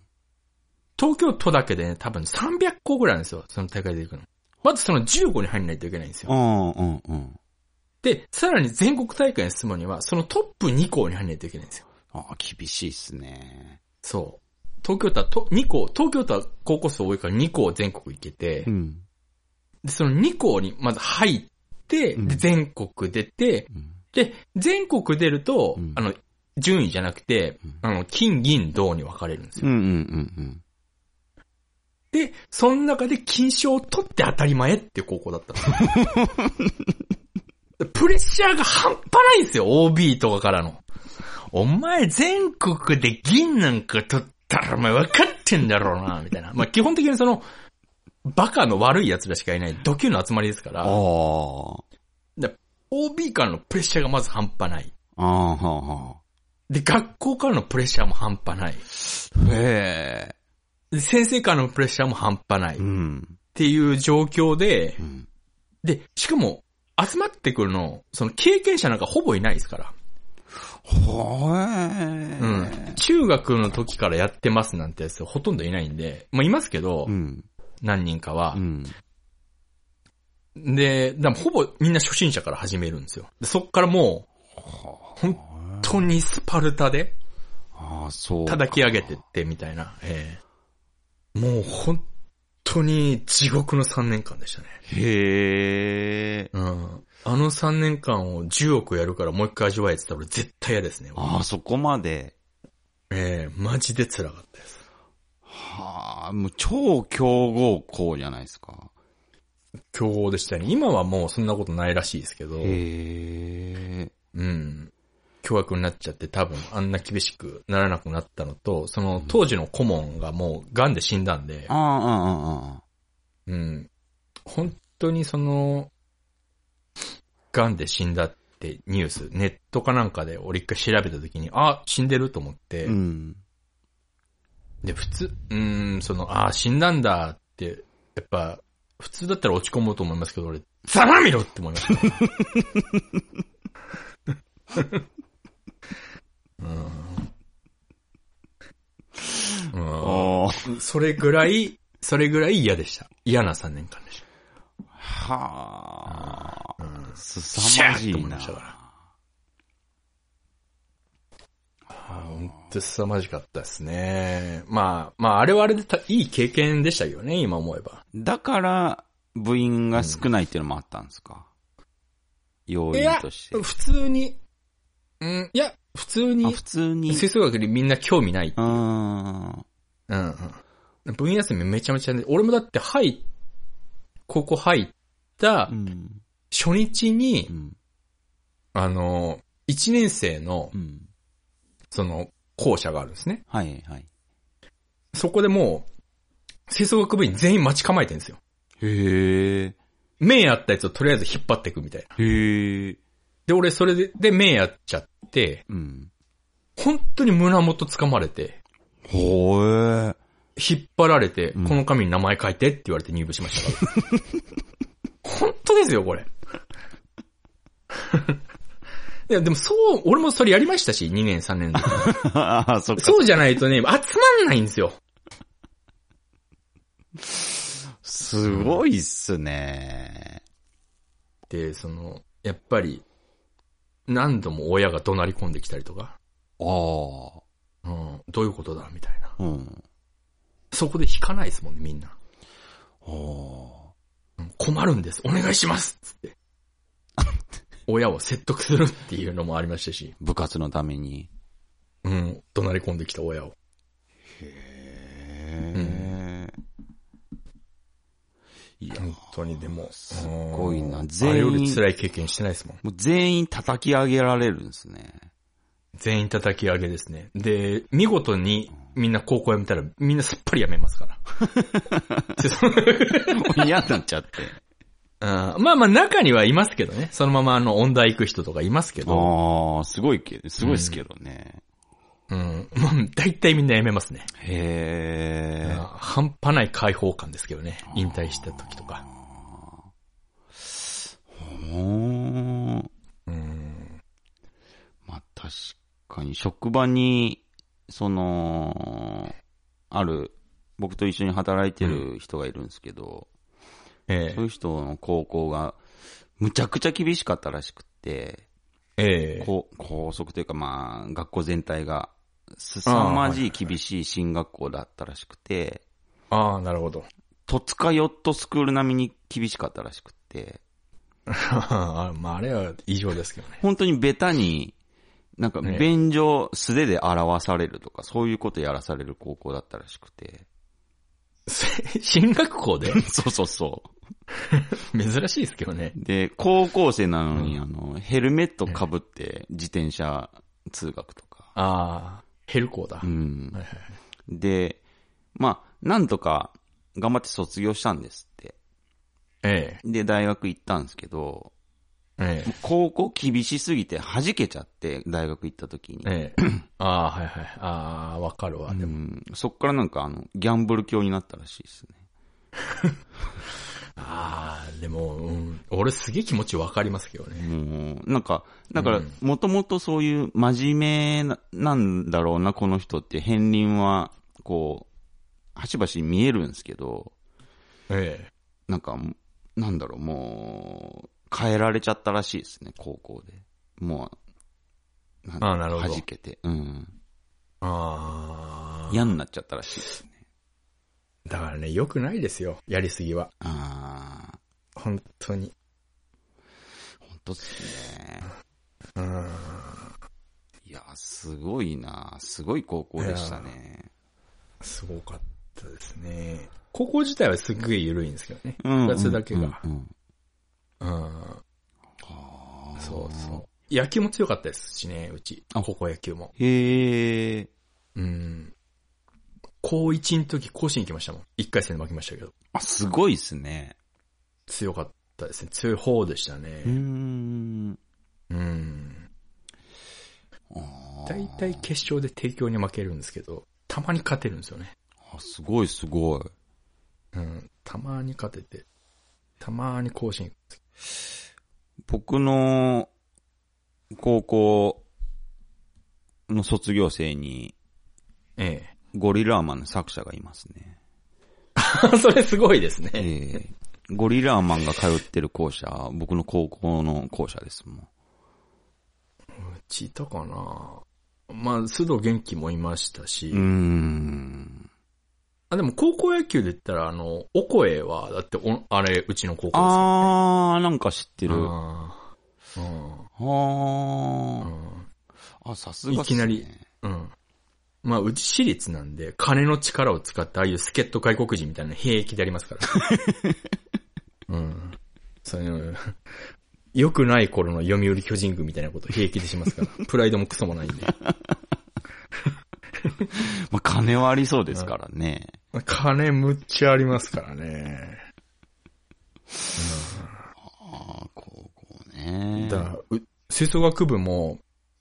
Speaker 1: 東京都だけでね、多分300校ぐらいなんですよ、その大会で行くの。まずその15に入らないといけないんですよ。
Speaker 2: うん、うん、うん。
Speaker 1: で、さらに全国大会に進むには、そのトップ2校に入らないといけないんですよ。
Speaker 2: ああ、厳しいっすね。
Speaker 1: そう。東京都はと2校、東京都は高校数多いから2校全国行けて、
Speaker 2: うん。
Speaker 1: で、その2校にまず入って、
Speaker 2: うん
Speaker 1: で、全国出て、
Speaker 2: うん
Speaker 1: で、全国出ると、
Speaker 2: うん
Speaker 1: あの、順位じゃなくて、
Speaker 2: うん
Speaker 1: あの、金、銀、銅に分かれるんですよ。
Speaker 2: うん、うん、うん。
Speaker 1: で、その中で金賞を取って当たり前っていう高校だ ったんですよプレッシャーが半端ないんですよ、OB とかからの。お前全国で銀なんか取ったらお前分かってんだろうな、みたいな。まあ基本的にその、バカの悪い奴らしかいない、ド級の集まりですか
Speaker 2: あ
Speaker 1: ら。
Speaker 2: あ。
Speaker 1: OB からのプレッシャーがまず半端ない。
Speaker 2: ああ、はあ、は
Speaker 1: で、学校からのプレッシャーも半端ない。
Speaker 2: あ。へ
Speaker 1: で、先生からのプレッシャーも半端ない。
Speaker 2: え。う
Speaker 1: っ
Speaker 2: ん。
Speaker 1: ていう状況で
Speaker 2: う、ん。
Speaker 1: で、しかも、集まってくるの、その経験者なんかほぼいないですから。
Speaker 2: ほ
Speaker 1: う
Speaker 2: え
Speaker 1: ん。。中学の時からやってますなんてやつほとんどいないんで、まあいますけど、
Speaker 2: うん。
Speaker 1: 何人かは
Speaker 2: う。ん。
Speaker 1: で、でもほぼみんな初心者から始めるんですよ。でそっからもう、本当にスパルタで、
Speaker 2: ああ、そう。
Speaker 1: 叩き上げてってみたいな。ええもう本当に地獄の3年間でしたね。
Speaker 2: へえ。
Speaker 1: うん。あの3年間を10億やるからもう一回味わえって言ったら俺絶対嫌ですね。
Speaker 2: ああ、そこまで。
Speaker 1: ええマジで辛かったです。
Speaker 2: はあ、もう超強豪校じゃないですか。
Speaker 1: 強豪でしたね。今はもうそんなことないらしいですけど、
Speaker 2: へえ。
Speaker 1: うん。凶悪になっちゃって多分あんな厳しくならなくなったのと、その当時の顧問がもう癌で死んだんで
Speaker 2: あ、あ、ああ、あ
Speaker 1: うん。本当にその、癌で死んだってニュース、ネットかなんかで俺一回調べた時に、あ、死んでると思って、
Speaker 2: あ。うん。
Speaker 1: で、普通、うーん、その、ああ、死んだんだって、やっぱ、普通だったら落ち込もうと思いますけど、俺、ざまみろって思いました、うん。
Speaker 2: ああ。
Speaker 1: うん。それぐらい、それぐらい嫌でした。嫌な3年間でし
Speaker 2: は
Speaker 1: た。うん
Speaker 2: あ。すさまじい
Speaker 1: シャーって思い
Speaker 2: な
Speaker 1: ま。したからあー本当凄まじかったですね。まあ、まあ、あれはあれでた、いい経験でしたよね、今思えば。
Speaker 2: だから、部員が少ないっていうのもあったんですか。要
Speaker 1: い
Speaker 2: 因
Speaker 1: や、
Speaker 2: として。
Speaker 1: 普通に、うん、いや、普通
Speaker 2: あ
Speaker 1: に、
Speaker 2: 普通に。
Speaker 1: 吹奏楽にみんな興味ない。
Speaker 2: うーん。
Speaker 1: うん、うん。分野休みめちゃめちゃね、俺もだって入っ、高校入った
Speaker 2: うん。
Speaker 1: 初日に
Speaker 2: う、ん。
Speaker 1: あの、1年生の
Speaker 2: う、ん。
Speaker 1: その、校舎があるんですね。
Speaker 2: はい、はい。
Speaker 1: そこでもう、吹奏楽部員全員待ち構えてるんですよ。
Speaker 2: へえ。
Speaker 1: 目やったやつをとりあえず引っ張っていくみたいな。
Speaker 2: へえ。
Speaker 1: で、俺それで、で、目やっちゃって、
Speaker 2: うん。
Speaker 1: 本当に胸元掴まれて、
Speaker 2: ほえ。
Speaker 1: 引っ張られて、
Speaker 2: ん
Speaker 1: この紙に名前書いてって言われて入部しましたから。本当ですよ、これ。 いや、でもそう、俺もそれやりましたし、2年、3年の時
Speaker 2: ああ、 そっか。
Speaker 1: そうじゃないとね、集まんないんですよ。
Speaker 2: すごいっすね。
Speaker 1: で、その、やっぱり、何度も親が怒鳴り込んできたりとか、
Speaker 2: ああ。
Speaker 1: うん、どういうことだ、みたいな。
Speaker 2: うん。
Speaker 1: そこで引かないですもんね、みんな。
Speaker 2: ほ
Speaker 1: うん困るんです、お願いしますつって。親を説得するっていうのもありましたし。
Speaker 2: う。部活のために。
Speaker 1: うん、怒鳴り込んできた親を。
Speaker 2: へえ。いや、
Speaker 1: 本当にでも。す
Speaker 2: ごいな
Speaker 1: あれよ
Speaker 2: 全員
Speaker 1: り辛い経験してないですもん。
Speaker 2: もう全員叩き上げられるんですね。
Speaker 1: 全員叩き上げですね。で、見事にみんな高校辞めたらみんなすっぱり辞めますから。でその
Speaker 2: もう嫌になっちゃって。
Speaker 1: あーまあまあ中にはいますけどね。そのままあの、音大行く人とかいますけど。
Speaker 2: ああ、すごいけ、すごいですけどね。
Speaker 1: うん。まあ、大体みんな辞めますね。
Speaker 2: へえ。
Speaker 1: あー半端ない解放感ですけどね。引退した時とか。
Speaker 2: ほー
Speaker 1: うん。
Speaker 2: まあ確かに、職場に、その、ある、僕と一緒に働いてる人がいるんですけど、
Speaker 1: え
Speaker 2: そういう人の高校が、むちゃくちゃ厳しかったらしくって、
Speaker 1: え。ええ。
Speaker 2: こう校則というかまあ、学校全体が、凄まじい厳しい進学校だったらしくて、
Speaker 1: ああ、なるほど。
Speaker 2: 戸塚ヨットスクール並みに厳しかったらしくって、
Speaker 1: あまあ、あれは異常ですけどね。
Speaker 2: 本当にベタに、なんか、
Speaker 1: ね
Speaker 2: 便所、素手で表されるとか、そういうことやらされる高校だったらしくて。
Speaker 1: 進学校で
Speaker 2: そうそうそう。
Speaker 1: 珍しいですけどね。
Speaker 2: で、高校生なのに、あの、ヘルメット被って、自転車通学とか。
Speaker 1: ああ、ヘル校だ。
Speaker 2: うん
Speaker 1: はいはい。
Speaker 2: で、まあ、なんとか、頑張って卒業したんですって。
Speaker 1: え
Speaker 2: で、大学行ったんですけど、
Speaker 1: え。ええ。
Speaker 2: 高校厳しすぎて弾けちゃって、大学行った時に。
Speaker 1: ええ。ああ、はいはい。ああ、わかるわ。で
Speaker 2: う
Speaker 1: も、
Speaker 2: ん、そっからなんか、あの、ギャンブル教になったらしいですね。
Speaker 1: ああ、でも、うん、俺すげえ気持ちわかりますけどね。
Speaker 2: もう、なんか、だか
Speaker 1: う
Speaker 2: ら
Speaker 1: ん、
Speaker 2: もともとそういう真面目ななんだろうな、この人って、片鱗は、こう、端々見えるんですけど、
Speaker 1: ええ。
Speaker 2: なんか、なんだろう、もう、変えられちゃったらしいですね、高校で。もう、なんだ
Speaker 1: あなるほど
Speaker 2: 弾けて、うん。
Speaker 1: ああ。
Speaker 2: 嫌になっちゃったらしいですね。
Speaker 1: だからね、良くないですよ。やりすぎは。
Speaker 2: ああ、
Speaker 1: 本当に。
Speaker 2: 本当っすね。
Speaker 1: うん。
Speaker 2: いや、すごいな、すごい高校でしたね。
Speaker 1: すごかったですね。高校自体はすっげえ緩いんですけどね。
Speaker 2: うん。
Speaker 1: 部活だけが
Speaker 2: うん。うん
Speaker 1: うん。
Speaker 2: あー
Speaker 1: そうそう。野球も強かったですしね、うち。
Speaker 2: あ
Speaker 1: 高校野球も。
Speaker 2: へえ。
Speaker 1: うん。高1の時甲子園行きましたもん。1回戦で負けましたけど。
Speaker 2: あ、すごいですね。
Speaker 1: 強かったですね。強い方でした
Speaker 2: うー
Speaker 1: ね。
Speaker 2: ん。
Speaker 1: うん。
Speaker 2: あー
Speaker 1: 大体決勝で帝京に負けるんですけど、たまに勝てるんですよね。
Speaker 2: あ、すごいすごい。
Speaker 1: うん。たまに勝てて、たまに甲子園行くんですけ
Speaker 2: 僕の高校の卒業生に
Speaker 1: ど。ええ。
Speaker 2: ゴリラーマンの作者がいますね。
Speaker 1: それすごいですね。
Speaker 2: ええゴリラーマンが通ってる校舎、僕の高校の校舎ですもん。
Speaker 1: うちいたかなまあ、須藤元気もいましたし、
Speaker 2: うーん。
Speaker 1: あ、でも高校野球で言ったら、あの、オコエは、だってお、あれ、うちの高校ですよ。
Speaker 2: あー、なんか知ってる。あ
Speaker 1: あーう
Speaker 2: ー。
Speaker 1: ん。
Speaker 2: あ、さすがっすね
Speaker 1: いきなり。うん。うん。まあ、うち私立なんで、金の力を使って、ああいう助っ人外国人みたいな兵役であります から。うん。そういう、良くない頃の読売巨人軍みたいなこと平気でします から。プライドもクソもないんで。
Speaker 2: まあ、金はありそうですからね。
Speaker 1: 金むっちゃありますからね。
Speaker 2: ああ、高校ね。
Speaker 1: だからう吹奏楽部も、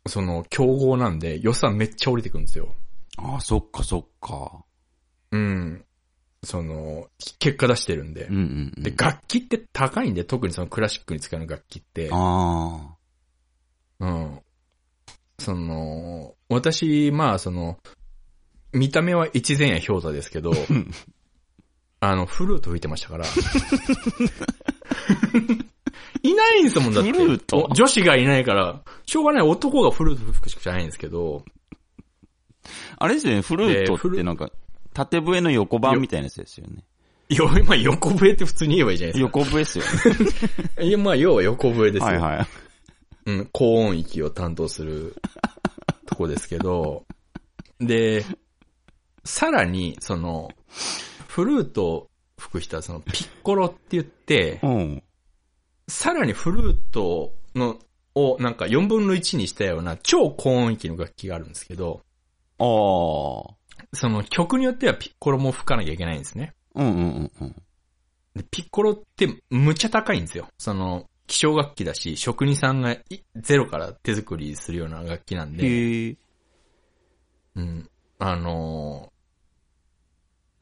Speaker 1: その、競合なんで予算めっちゃ降りてくるんですよ。
Speaker 2: ああ、そっかそっか。
Speaker 1: うん。その、結果出してるんで
Speaker 2: うん。うん、うん。
Speaker 1: で、楽器って高いんで、特にそのクラシックに使う楽器って。
Speaker 2: ああ。
Speaker 1: うん。その、私、まあ、その、見た目は一前夜氷座ですけ ど、あの、フルート吹いてましたから。いないんですもんだって。
Speaker 2: フルート
Speaker 1: お女子がいないから、しょうがない男がフルート吹くしかないんですけど、
Speaker 2: あれですよね、フルート
Speaker 1: でフ
Speaker 2: って
Speaker 1: ル
Speaker 2: なんか、縦笛の横版みたいなやつですよね。
Speaker 1: よ、まあ、横笛って普通に言えばいいじゃないです
Speaker 2: 横笛ですよね。
Speaker 1: か。いや、まあ、要は横笛ですよ。
Speaker 2: はいはい。
Speaker 1: うん、高音域を担当するとこですけど、で、さらに、その、フルートを吹く人はそのピッコロって言って
Speaker 2: う、ん。
Speaker 1: さらにフルートの、をなんか4分の1にしたような超高音域の楽器があるんですけど、
Speaker 2: ああ。
Speaker 1: その曲によってはピッコロも吹かなきゃいけないんですね。
Speaker 2: うんうんうんうん。
Speaker 1: でピッコロってむっちゃ高いんですよ。その、気象楽器だし、職人さんがいゼロから手作りするような楽器なんで、
Speaker 2: へえ。
Speaker 1: うん。あのー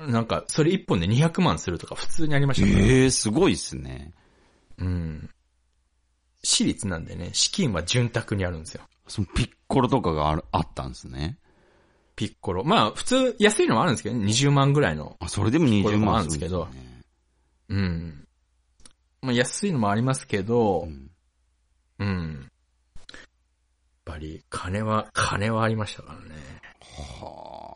Speaker 1: なんか、それ一本で200万するとか普通にありましたから、
Speaker 2: ええ、すごいっすね。
Speaker 1: うん。私立なんでね、資金は潤沢にあるんですよ。
Speaker 2: そのピッコロとかがあるあったんですね。
Speaker 1: ピッコロ。まあ、普通、安いのもあるんですけどね、20万ぐらいの。
Speaker 2: あ、それでも
Speaker 1: コロ
Speaker 2: 20
Speaker 1: もあ
Speaker 2: 万
Speaker 1: るんですけど
Speaker 2: ごいね
Speaker 1: うん。まあ、安いのもありますけど
Speaker 2: う、ん
Speaker 1: うん。やっぱり、金は、金はありましたからね。
Speaker 2: は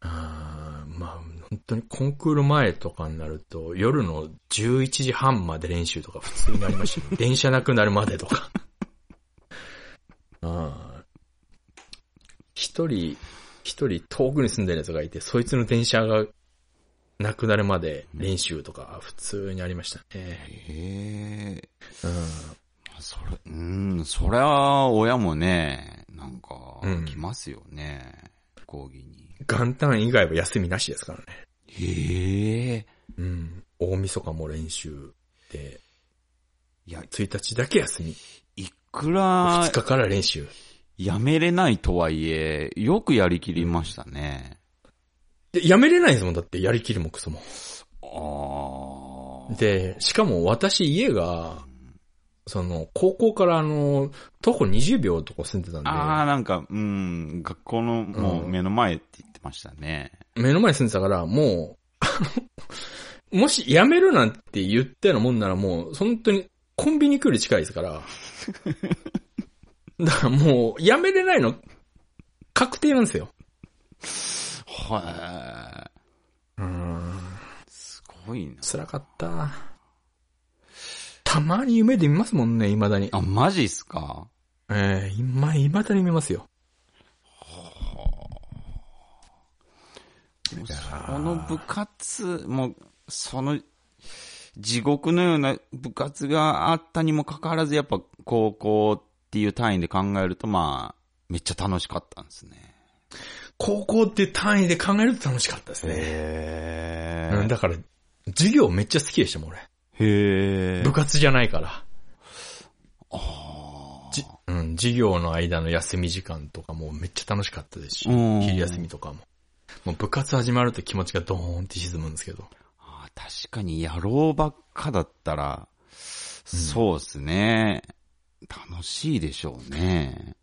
Speaker 1: あーまあ、本当にコンクール前とかになると、夜の11時半まで練習とか普通になりましたよ。電車なくなるまでとか。あー一人、一人遠くに住んでる奴がいて、そいつの電車がなくなるまで練習とか普通にありました
Speaker 2: あ。
Speaker 1: ね。
Speaker 2: へえ。
Speaker 1: うん。
Speaker 2: それ、うん、そりゃ、親もね、なんか
Speaker 1: うん、
Speaker 2: 来ますよね。講義に。
Speaker 1: 元旦以外は休みなしですからね。
Speaker 2: へえ。
Speaker 1: うん。大晦日も練習で、
Speaker 2: いや、
Speaker 1: 1日だけ休み、
Speaker 2: いくら
Speaker 1: 2、日から練習。
Speaker 2: やめれないとはいえ、よくやりきりましたね。
Speaker 1: で、やめれないんですもん、だって、やりきるもクソも。
Speaker 2: ああ。
Speaker 1: で、しかも私家が、その、高校からあの、徒歩20秒のとこ住んでた
Speaker 2: ああ、
Speaker 1: ん
Speaker 2: なんか、うん、学校のもう目の前って言ってましたね。
Speaker 1: で、目の前に住んでたから、もう、あの、もし辞めるなんて言ったようなもんならもう、本当にコンビニ来る近いです から。だからもう、辞めれないの、確定なんですよ。
Speaker 2: は
Speaker 1: うん。
Speaker 2: い。すごいな。
Speaker 1: 辛かった。たまに夢で見ますもんね、未だに。
Speaker 2: あ、マジっすか
Speaker 1: ええ今、未だに見ますよ。
Speaker 2: もう
Speaker 1: やー
Speaker 2: その部活、もう、その、地獄のような部活があったにもかかわらず、やっぱ高校っていう単位で考えると、まあ、めっちゃ楽しかったんですね。
Speaker 1: 高校っていう単位で考えると楽しかったですね。
Speaker 2: へ
Speaker 1: うん、だから、授業めっちゃ好きでしたもん、俺。
Speaker 2: へ
Speaker 1: 部活じゃないから。
Speaker 2: あ
Speaker 1: じうん、授業の間の休み時間とかもめっちゃ楽しかったですし、
Speaker 2: うん
Speaker 1: 昼休みとかも。もう部活始まると気持ちがドーンって沈むんですけど。
Speaker 2: あー確かに野郎ばっかだったら、そうですね。楽しいでしょうね。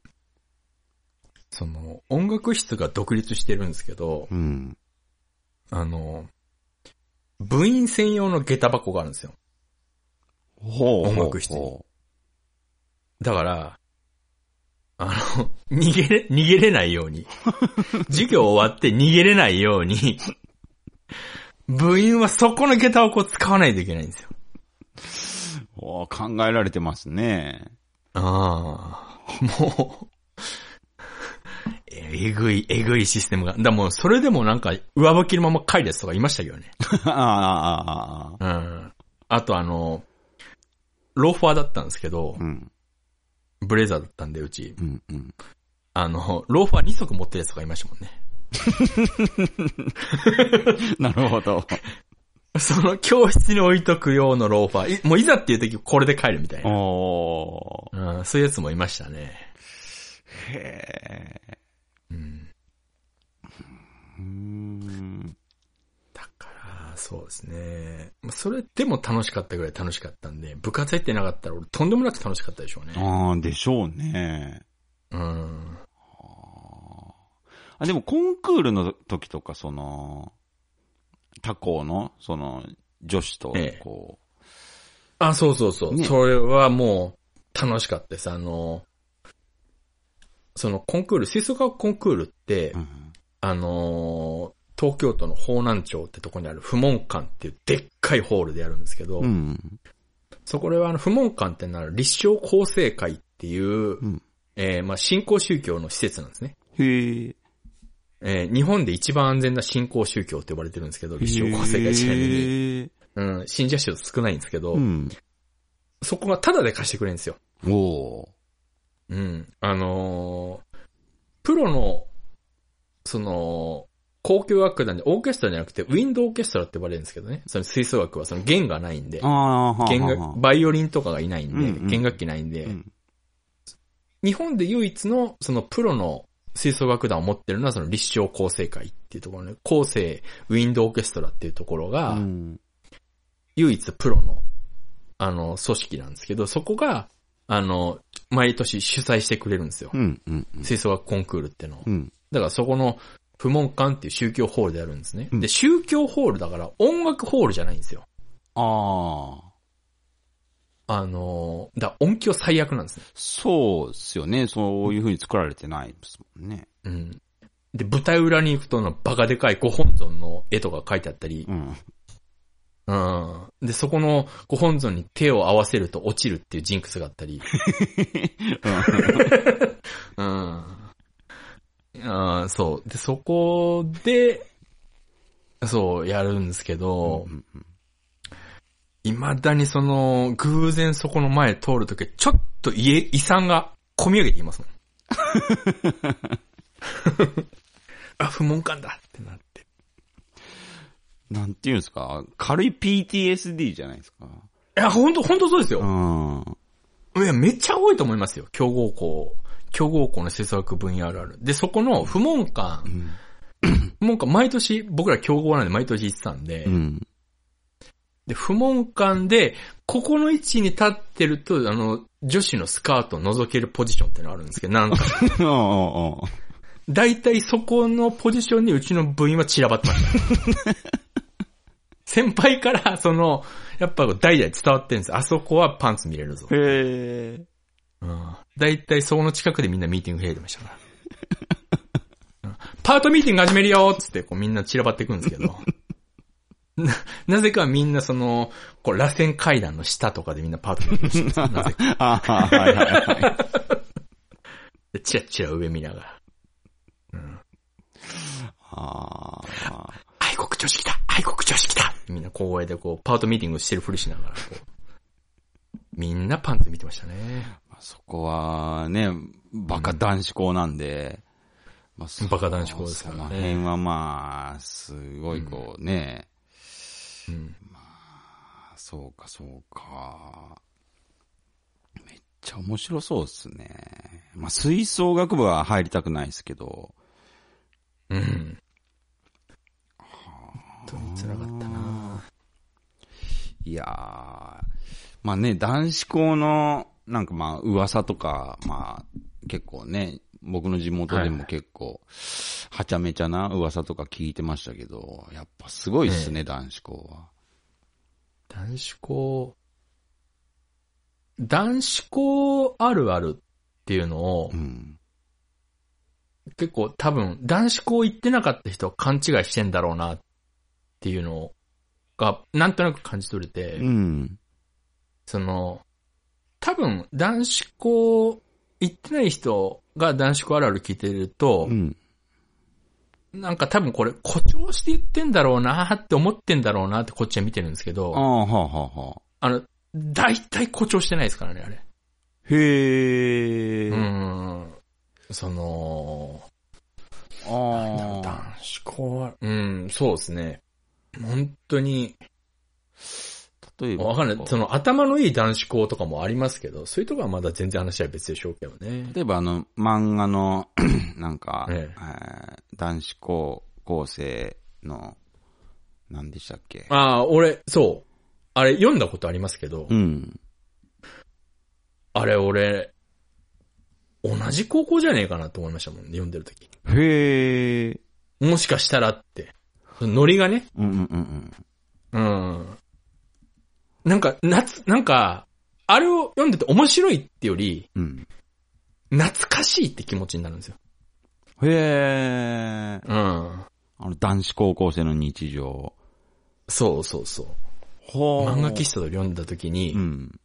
Speaker 1: その、音楽室が独立してるんですけど、
Speaker 2: うん。
Speaker 1: あの、部員専用の下駄箱があるんですよ。
Speaker 2: ほ
Speaker 1: 音楽室に
Speaker 2: ほ
Speaker 1: だから、あの、 逃げれ、逃げれないよう に。授業終わって逃げれないように、部員はそこの下駄箱を使わないといけないんですよ。
Speaker 2: うほう考えられてますね。
Speaker 1: ああ、もう、ええぐい、えぐいシステムが。だからもうそれでもなんか上履きのまま帰るやつとかいましたけどね。
Speaker 2: ああ、ああ、
Speaker 1: う
Speaker 2: あ
Speaker 1: ん。あとあの、ローファーだったんですけど
Speaker 2: あ。う、ん、
Speaker 1: ブレザーだったんでうち、
Speaker 2: うん、うん。
Speaker 1: あの、ローファー2足持ってるやつとかいましたもんね。
Speaker 2: なるほど。
Speaker 1: その教室に置いとく用のローファー。いもういざっていう時これで帰るみたいな。
Speaker 2: おー。
Speaker 1: うん、そういうやつもいましたね。
Speaker 2: へえ。
Speaker 1: うん。
Speaker 2: うーん。
Speaker 1: だから、そうですね。まあそれでも楽しかったぐらい楽しかったんで、部活やってなかったら俺とんでもなく楽しかったでしょうね。
Speaker 2: ああ、でしょうね。
Speaker 1: うん。
Speaker 2: あ、でもコンクールの時とか、その、他校の、その、女子と
Speaker 1: ええ、
Speaker 2: こ
Speaker 1: あ、そうそうそう。
Speaker 2: ね
Speaker 1: それはもう楽しかったです。あの、そのコンクール、吹奏楽コンクールって、
Speaker 2: う、うん
Speaker 1: あのー東京都の方南町ってとこにある不問館っていうでっかいホールでやるんですけど、
Speaker 2: うん。
Speaker 1: そこではあの、不問館ってなる立正厚生会っていう、
Speaker 2: ん
Speaker 1: えーまあ、新興宗教の施設なんですね。
Speaker 2: へえ。
Speaker 1: えー日本で一番安全な新興宗教って呼ばれてるんですけど、立正厚生会ちなみに、
Speaker 2: へえ
Speaker 1: うん、信者数少ないんですけど、
Speaker 2: うん。
Speaker 1: そこがタダで貸してくれるんですよ。
Speaker 2: おー。
Speaker 1: うん。あのープロの、その、公共楽団で、オーケストラじゃなくて、ウィンドオーケストラって呼ばれるんですけどね。その吹奏楽はその弦がないんで
Speaker 2: あ、あ、はあ
Speaker 1: 弦
Speaker 2: はあは
Speaker 1: 楽、
Speaker 2: あ
Speaker 1: バイオリンとかがいないんで、
Speaker 2: うんうん
Speaker 1: 弦楽器ないんで、
Speaker 2: うん
Speaker 1: 日本で唯一の、そのプロの吹奏楽団を持ってるのは、その立正構成会っていうところね、構成ウィンドオーケストラっていうところが、
Speaker 2: うん
Speaker 1: 唯一プロの、あの、組織なんですけど、そこが、あの、毎年主催してくれるんですよ。
Speaker 2: うん、うん、
Speaker 1: 吹奏楽コンクールってのを
Speaker 2: うん。
Speaker 1: だからそこの、不問館っていう宗教ホールであるんですね。
Speaker 2: うん
Speaker 1: で、宗教ホールだから音楽ホールじゃないんですよ。
Speaker 2: ああ、
Speaker 1: あのー、だから音響最悪なんですね。
Speaker 2: そうっすよね。そういう風に作られてないですもんね。
Speaker 1: うん。で、舞台裏に行くとのバカでかいご本尊の絵とか書いてあったり
Speaker 2: う、ん。
Speaker 1: うん。で、そこのご本尊に手を合わせると落ちるっていうジンクスがあったり、うん。あーそう。で、そこで、そう、やるんですけど、
Speaker 2: うん
Speaker 1: 未だにその、偶然そこの前通るとき、ちょっと家、遺産が込み上げていますもん。 あ、不問感だってなって。
Speaker 2: なんていうんですか軽い PTSD じゃないですか。
Speaker 1: いや、ほんと、ほんとそうです
Speaker 2: う
Speaker 1: よ。
Speaker 2: ん。
Speaker 1: いや、めっちゃ多いと思いますよ。強豪校、強豪校の施策分野あるある。で、そこの不問
Speaker 2: う
Speaker 1: 感、
Speaker 2: ん。
Speaker 1: 不問感、毎年、僕ら強豪なんで毎年行ってたんで、
Speaker 2: うん。
Speaker 1: で、不問感で、ここの位置に立ってると、あの、女子のスカートを覗けるポジションってのあるんですけど、なん か、
Speaker 2: おうおうおう
Speaker 1: 大体そこのポジションにうちの部員は散らばってま した。先輩から、その、やっぱ代々伝わってるんです。あそこはパンツ見れるぞ。
Speaker 2: へえ。
Speaker 1: うん大体そこの近くでみんなミーティング開いてましたから。うんパートミーティング始めるよっつってこうみんな散らばっていくんですけど。な、なぜかみんなその、こう、螺旋階段の下とかでみんなパートミーティングしてるん ですよ。なぜか。
Speaker 2: あはいはいはい。
Speaker 1: でチラチラ上見ながら。
Speaker 2: ああ。
Speaker 1: 愛国女子来た愛国女子来たみんな公園でこう、パートミーティングしてるふりしながら、こう。みんなパンツ見てましたね。
Speaker 2: まあそこはね、バカ男子校なんで、まあそ
Speaker 1: バカ男子校ですからね
Speaker 2: その辺はまあ、すごいこうね、
Speaker 1: うん。
Speaker 2: あそうかそうか。めっちゃ面白そうですね。まあ吹奏楽部は入りたくないですけど、
Speaker 1: うん。本当に辛かったない
Speaker 2: やー、まあね、男子校の、なんかまあ噂とか、まあ結構ね、僕の地元で
Speaker 1: は
Speaker 2: も
Speaker 1: い
Speaker 2: 結構、はちゃめちゃな噂とか聞いてましたけど、やっぱすごいっすね、男子校は。
Speaker 1: 男子校、男子校あるあるっていうのを
Speaker 2: う、ん。
Speaker 1: 結構多分、男子校行ってなかった人は勘違いしてんだろうなっていうのが、なんとなく感じ取れて、
Speaker 2: うん。
Speaker 1: その、多分、男子校行ってない人が男子校あるある聞いてると
Speaker 2: う、ん。
Speaker 1: なんか多分これ誇張して言ってんだろうなって思ってんだろうなってこっちは見てるんですけ
Speaker 2: あ
Speaker 1: ど、
Speaker 2: あ、はあ、はあ、はあ。
Speaker 1: あの、大体誇張してないですからね、あれ。
Speaker 2: へえ。
Speaker 1: う
Speaker 2: あ
Speaker 1: ん。その、
Speaker 2: あ
Speaker 1: 男子校は、うん、そうですね。本当に、
Speaker 2: 例えば。
Speaker 1: わかんない。その頭のいい男子校とかもありますけど、そういうとこはまだ全然話は別でしょうけどね。
Speaker 2: 例えばあの、漫画の、 なんか、
Speaker 1: ええ
Speaker 2: えー男子高校生の、何でしたっけ
Speaker 1: ああ、俺、そう。あれ読んだことありますけど、
Speaker 2: うん。
Speaker 1: あれ俺、同じ高校じゃねえかなと思いましたもんね、読んでる時
Speaker 2: へえ。
Speaker 1: もしかしたらって。そのノリがね。
Speaker 2: うんうんうんう
Speaker 1: う
Speaker 2: ん。
Speaker 1: ん。なんか、夏、なんか、あれを読んでて面白いってより、
Speaker 2: うん。
Speaker 1: 懐かしいって気持ちになるんですよ。
Speaker 2: へえ。
Speaker 1: うん。
Speaker 2: あの、男子高校生の日常。
Speaker 1: そうそうそう。
Speaker 2: ほ
Speaker 1: 漫画喫茶と読んだ時に、
Speaker 2: うん。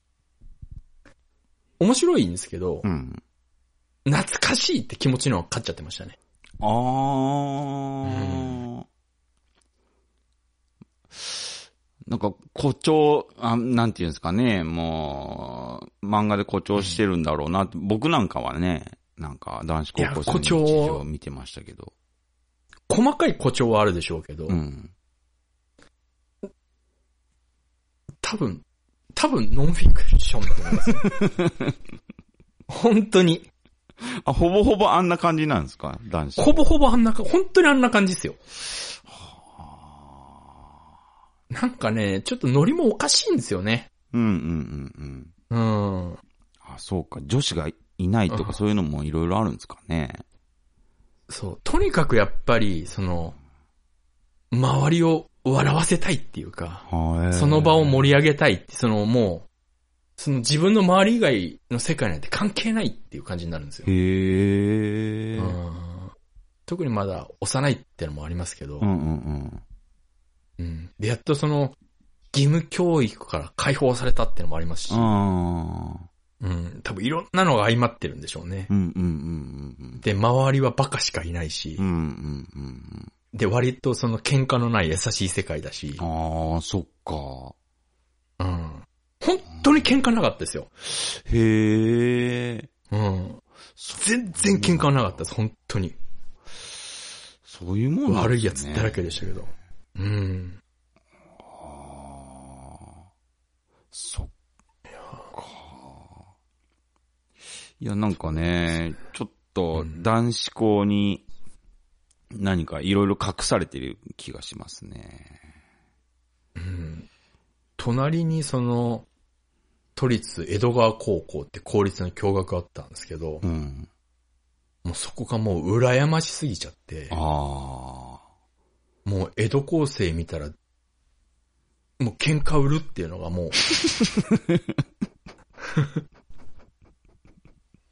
Speaker 1: 面白いんですけど
Speaker 2: う、ん。
Speaker 1: 懐かしいって気持ちの方が勝っちゃってましたね。
Speaker 2: あ
Speaker 1: う
Speaker 2: ー。なんか誇張、あなんていうんですかね、もう、漫画で誇張してるんだろうなって、僕なんかはね、なんか男子高校生の
Speaker 1: いや誇
Speaker 2: 日
Speaker 1: 張
Speaker 2: 常を見てましたけど。
Speaker 1: 細かい誇張はあるでしょうけど、
Speaker 2: うん。
Speaker 1: 多分、多分ノンフィクションだと思い ますよ。本当に。
Speaker 2: あ、ほぼほぼあんな感じなんですか男子。
Speaker 1: ほぼほぼあんなか、本当にあんな感じですよ。なんかね、ちょっとノリもおかしいんですよね。
Speaker 2: うんうんうん
Speaker 1: う
Speaker 2: うん。
Speaker 1: ん。
Speaker 2: あ、そうか。女子がいないと
Speaker 1: うん
Speaker 2: かそういうのもいろいろあるんですかね。
Speaker 1: そう。とにかくやっぱり、その、周りを笑わせたいっていうか、
Speaker 2: はい。
Speaker 1: その場を盛り上げたいって、そのもう、その自分の周り以外の世界なんて関係ないっていう感じになるんですよ。
Speaker 2: へえ。
Speaker 1: う
Speaker 2: うん
Speaker 1: ん特にまだ幼いってのもありますけど、
Speaker 2: うんうん。
Speaker 1: うんで、やっとその、義務教育から解放されたってのもありますし、
Speaker 2: ああ。
Speaker 1: うん、多分いろんなのが相まってるんでしょうね。
Speaker 2: うんうんうんうん
Speaker 1: で、周りはバカしかいないし、
Speaker 2: うん。うんうんうん
Speaker 1: で、割とその喧嘩のない優しい世界だし、
Speaker 2: うん。ああ、そっか。
Speaker 1: うん。本当に喧嘩なかったですよ。
Speaker 2: へえ。
Speaker 1: うん。全然喧嘩なかったです、本当に。
Speaker 2: そういうもんなん
Speaker 1: 悪
Speaker 2: で
Speaker 1: い
Speaker 2: すね
Speaker 1: やつだらけでしたけど。うん。
Speaker 2: ああ。そっか。いや、なんかね、ちょっと男子校に何かいろいろ隠されてる気がしますね。
Speaker 1: うん。隣にその、都立江戸川高校って公立の共学あったんですけど、
Speaker 2: うん。
Speaker 1: もうそこがもう羨ましすぎちゃって、
Speaker 2: あ
Speaker 1: もう江戸高生見たら、もう喧嘩売るっていうのがも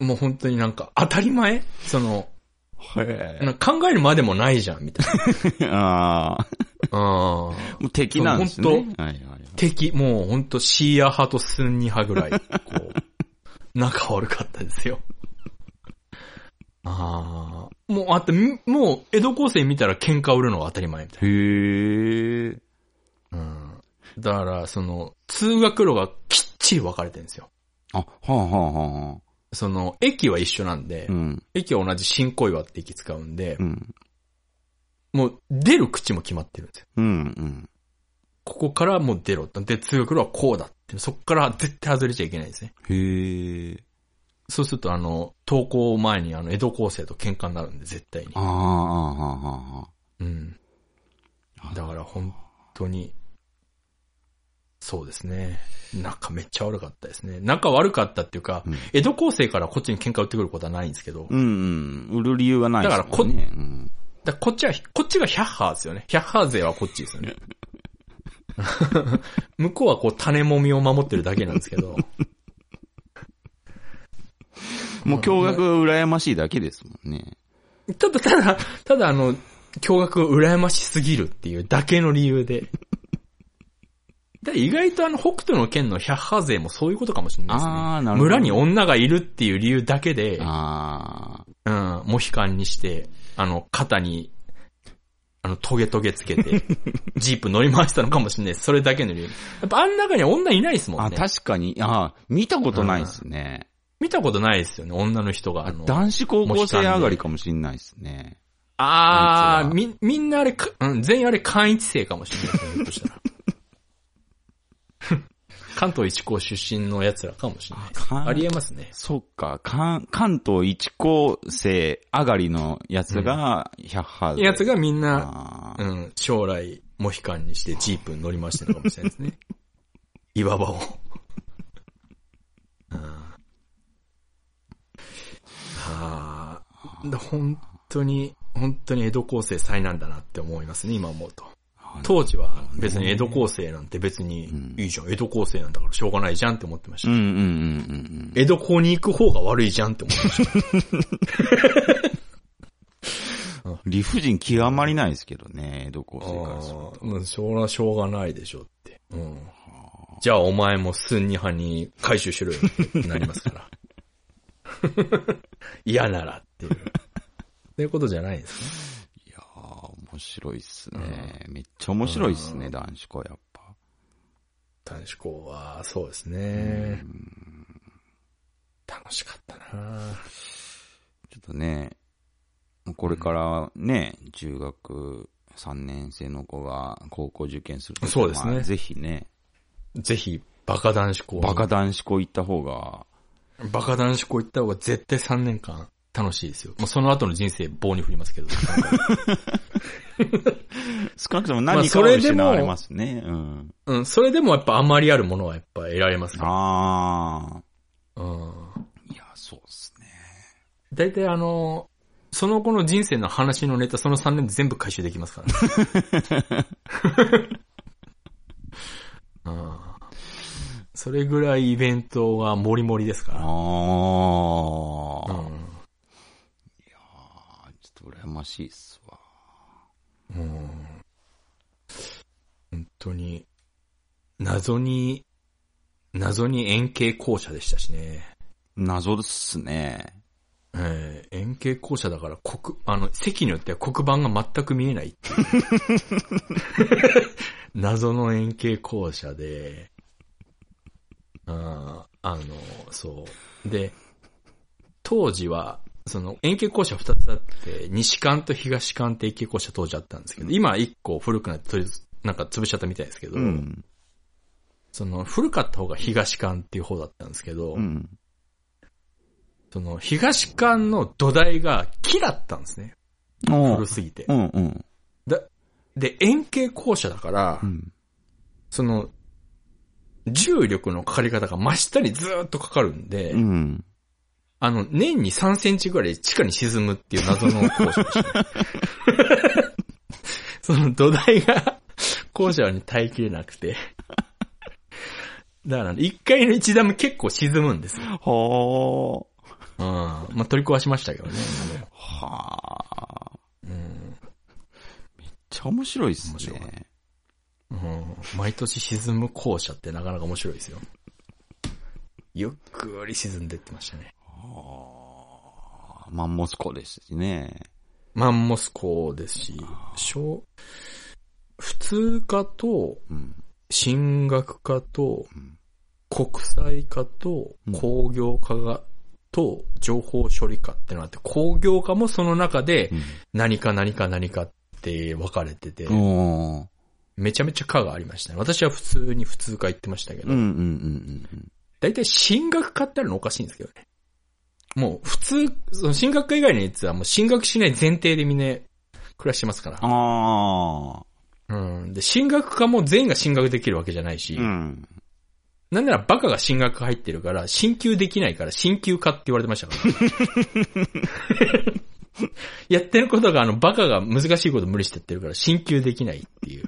Speaker 1: う、もう本当になんか当たり前その、
Speaker 2: あ。へ
Speaker 1: なんか考えるまでもないじゃん、みたい
Speaker 2: え。 ああ。
Speaker 1: な。うん。
Speaker 2: もう敵なんです
Speaker 1: そう
Speaker 2: ね
Speaker 1: 本。
Speaker 2: はいはいはい。
Speaker 1: 敵、もう本当シーア派とスンニ派ぐらい、こう、 仲悪かったですよ。 ああ。もう、あって、みもう、江戸高生見たら喧嘩売るのが当たり前みたいな。
Speaker 2: へえ。
Speaker 1: うん。だから、その、通学路がきっちり分かれてるんですよ。
Speaker 2: あ、はあはあはあはあ。
Speaker 1: その、駅は一緒なんで、
Speaker 2: うん。
Speaker 1: 駅は同じ新小岩って駅使うんで、
Speaker 2: うん。
Speaker 1: もう出る口も決まってるんですよ。
Speaker 2: うんうん。
Speaker 1: ここからもう出ろって。で、通学路はこうだって。そこから絶対外れちゃいけないですね。
Speaker 2: へえ。
Speaker 1: そうすると、あの、登校前にあの、江戸高生と喧嘩になるんで、絶対に
Speaker 2: あ。あ、ああ、ああ。
Speaker 1: うん。だから本当に、そうですね。仲めっちゃ悪かったですね。仲悪かったっていうか、
Speaker 2: うん
Speaker 1: 江戸高生からこっちに喧嘩売ってくることはないんですけど、だか
Speaker 2: うんうん。売る理由はないです
Speaker 1: だからこ
Speaker 2: ね。うん
Speaker 1: らこっちは、こっちがヒャッハーですよね。ヒャッハー勢はこっちですよね。 向こうはこう種もみを守ってるだけなんですけど、
Speaker 2: もう驚愕が羨ましいだけですもんね。
Speaker 1: ただただ、ただあの、驚愕羨ましすぎるっていうだけの理由で。だ意外とあの、北斗の県の百派勢もそういうことかもしれないですね。
Speaker 2: あーなるほど
Speaker 1: 村に女がいるっていう理由だけで、
Speaker 2: あ
Speaker 1: うん、モヒカンにして、あの、肩に、あの、トゲトゲつけ て、ジープ乗り回したのかもしれないです。それだけの理由。やっぱあん中には女いないですも
Speaker 2: あ。あ、
Speaker 1: んね。
Speaker 2: 確かに、ああ、見たことないですね。
Speaker 1: 見たことないですよね、女の人が。あの
Speaker 2: 男子高校生上がりかもしんないですね。
Speaker 1: あ
Speaker 2: あい
Speaker 1: ー、
Speaker 2: つら
Speaker 1: み、みんなあれか、うん、全員あれ関一生かもしれないですね。ひょっとしたら関東一高出身の奴らかもしれないです。
Speaker 2: あ関
Speaker 1: ありえますね。
Speaker 2: そっか、関、関東一高生上がりのやつが、100ハード。
Speaker 1: やつがみんな、
Speaker 2: あ
Speaker 1: う
Speaker 2: ー
Speaker 1: ん、将来、モヒカンにしてジープに乗り回してるかもしれない ですね。岩場を。うんはあ、本当に、本当に江戸高生災難だなって思いますね、今思うと。当時は別に江戸高生なんて別にいいじゃん、江戸高生なんだからしょうがないじゃんって思ってまし
Speaker 2: う
Speaker 1: た。
Speaker 2: んうんうんうんうん。
Speaker 1: 江戸高に行く方が悪いじゃんって思ってました。
Speaker 2: 理不尽極まりないですけどね、江戸高生からすると。
Speaker 1: うん、しょうがしょうがないでしょって。うん。じゃあお前もスンニ派に回収しろよってなります から。嫌ならっていう。そういうことじゃないんですね。
Speaker 2: いやー、面白いっすね。めっちゃ面白いっすね、男子校やっぱ。
Speaker 1: 男子校は、そうですね。楽しかったな
Speaker 2: ちょっとね、これからね、中学3年生の子が高校受験するとき
Speaker 1: そうですね
Speaker 2: まあぜひね、
Speaker 1: ぜひ、バカ男子校。
Speaker 2: バカ男子校行った方が、
Speaker 1: バカ男子校行った方が絶対3年間楽しいですよ。もうその後の人生棒に振りますけど。
Speaker 2: 少なくとも
Speaker 1: まあ
Speaker 2: 何か
Speaker 1: そ
Speaker 2: を
Speaker 1: れで
Speaker 2: 失
Speaker 1: も
Speaker 2: われますね。うん。
Speaker 1: うん、それでもやっぱ余りあるものはやっぱ得られますか
Speaker 2: あ
Speaker 1: ら。うん。
Speaker 2: あ。いや、そうですね。
Speaker 1: 大体あの、その後の人生の話のネタその3年で全部回収できますから、ね。うんそれぐらいイベントはもりもりです
Speaker 2: ああ
Speaker 1: か。ら。う
Speaker 2: ちょ
Speaker 1: ん
Speaker 2: っと羨ましいっすわ。
Speaker 1: うん本当に、謎に、謎に円形校舎でしたしね。
Speaker 2: 謎ですね。
Speaker 1: えー円形校舎だから黒、あの、席によっては黒板が全く見えないっていう 謎の円形校舎で、あーあの、そう。で、当時は、その、円形校舎二つあって、西館と東館って円形校舎当時あったんですけど、今は一個古くなって、とりあえずなんか潰しちゃったみたいですけど、
Speaker 2: うん。
Speaker 1: その、古かった方が東館っていう方だったんですけど、
Speaker 2: うん。
Speaker 1: その、東館の土台が木だったんですね。
Speaker 2: お
Speaker 1: 古
Speaker 2: う
Speaker 1: すぎて
Speaker 2: う。んうん。
Speaker 1: だで、円形校舎だから、
Speaker 2: うん。
Speaker 1: その、重力のかかり方が真下にずーっとかかるんで、
Speaker 2: うん。
Speaker 1: あの、年に3センチぐらい地下に沈むっていう謎の校舎でしたね。 その土台が校舎に耐えきれなくて。だから、1階の1段目結構沈むんですよ。
Speaker 2: は
Speaker 1: うん。まあ、取り壊しましたけどね。
Speaker 2: あ。はあ。
Speaker 1: うん。
Speaker 2: めっちゃ面白いっす
Speaker 1: 面白い
Speaker 2: ね。
Speaker 1: うん毎年沈む校舎ってなかなか面白いですよ。ゆっくり沈んでってましたね。
Speaker 2: マンモス校ですしね。
Speaker 1: マンモス校ですし、小、普通科と、
Speaker 2: うん。
Speaker 1: 進学科と
Speaker 2: ん、
Speaker 1: 国際科と
Speaker 2: う、ん
Speaker 1: 工業科が、と、情報処理科ってのがあって、工業科もその中で、何か何か何かって分かれてて
Speaker 2: う、ん。おー
Speaker 1: めちゃめちゃ科がありましたね。私は普通に普通科行ってましたけど
Speaker 2: うんうんう、んうん
Speaker 1: 大体進学科ってあるのおかしいんですけどね。もう普通、その進学科以外のやつはもう進学しない前提でみんな暮らしてますから。
Speaker 2: ああ。
Speaker 1: うん。で、進学科も全員が進学できるわけじゃないし、
Speaker 2: ん。
Speaker 1: なんならバカが進学科入ってるから、進級できないから進級科って言われてましたから。やってることがあのバカが難しいこと無理してやってるから進級できないっていう。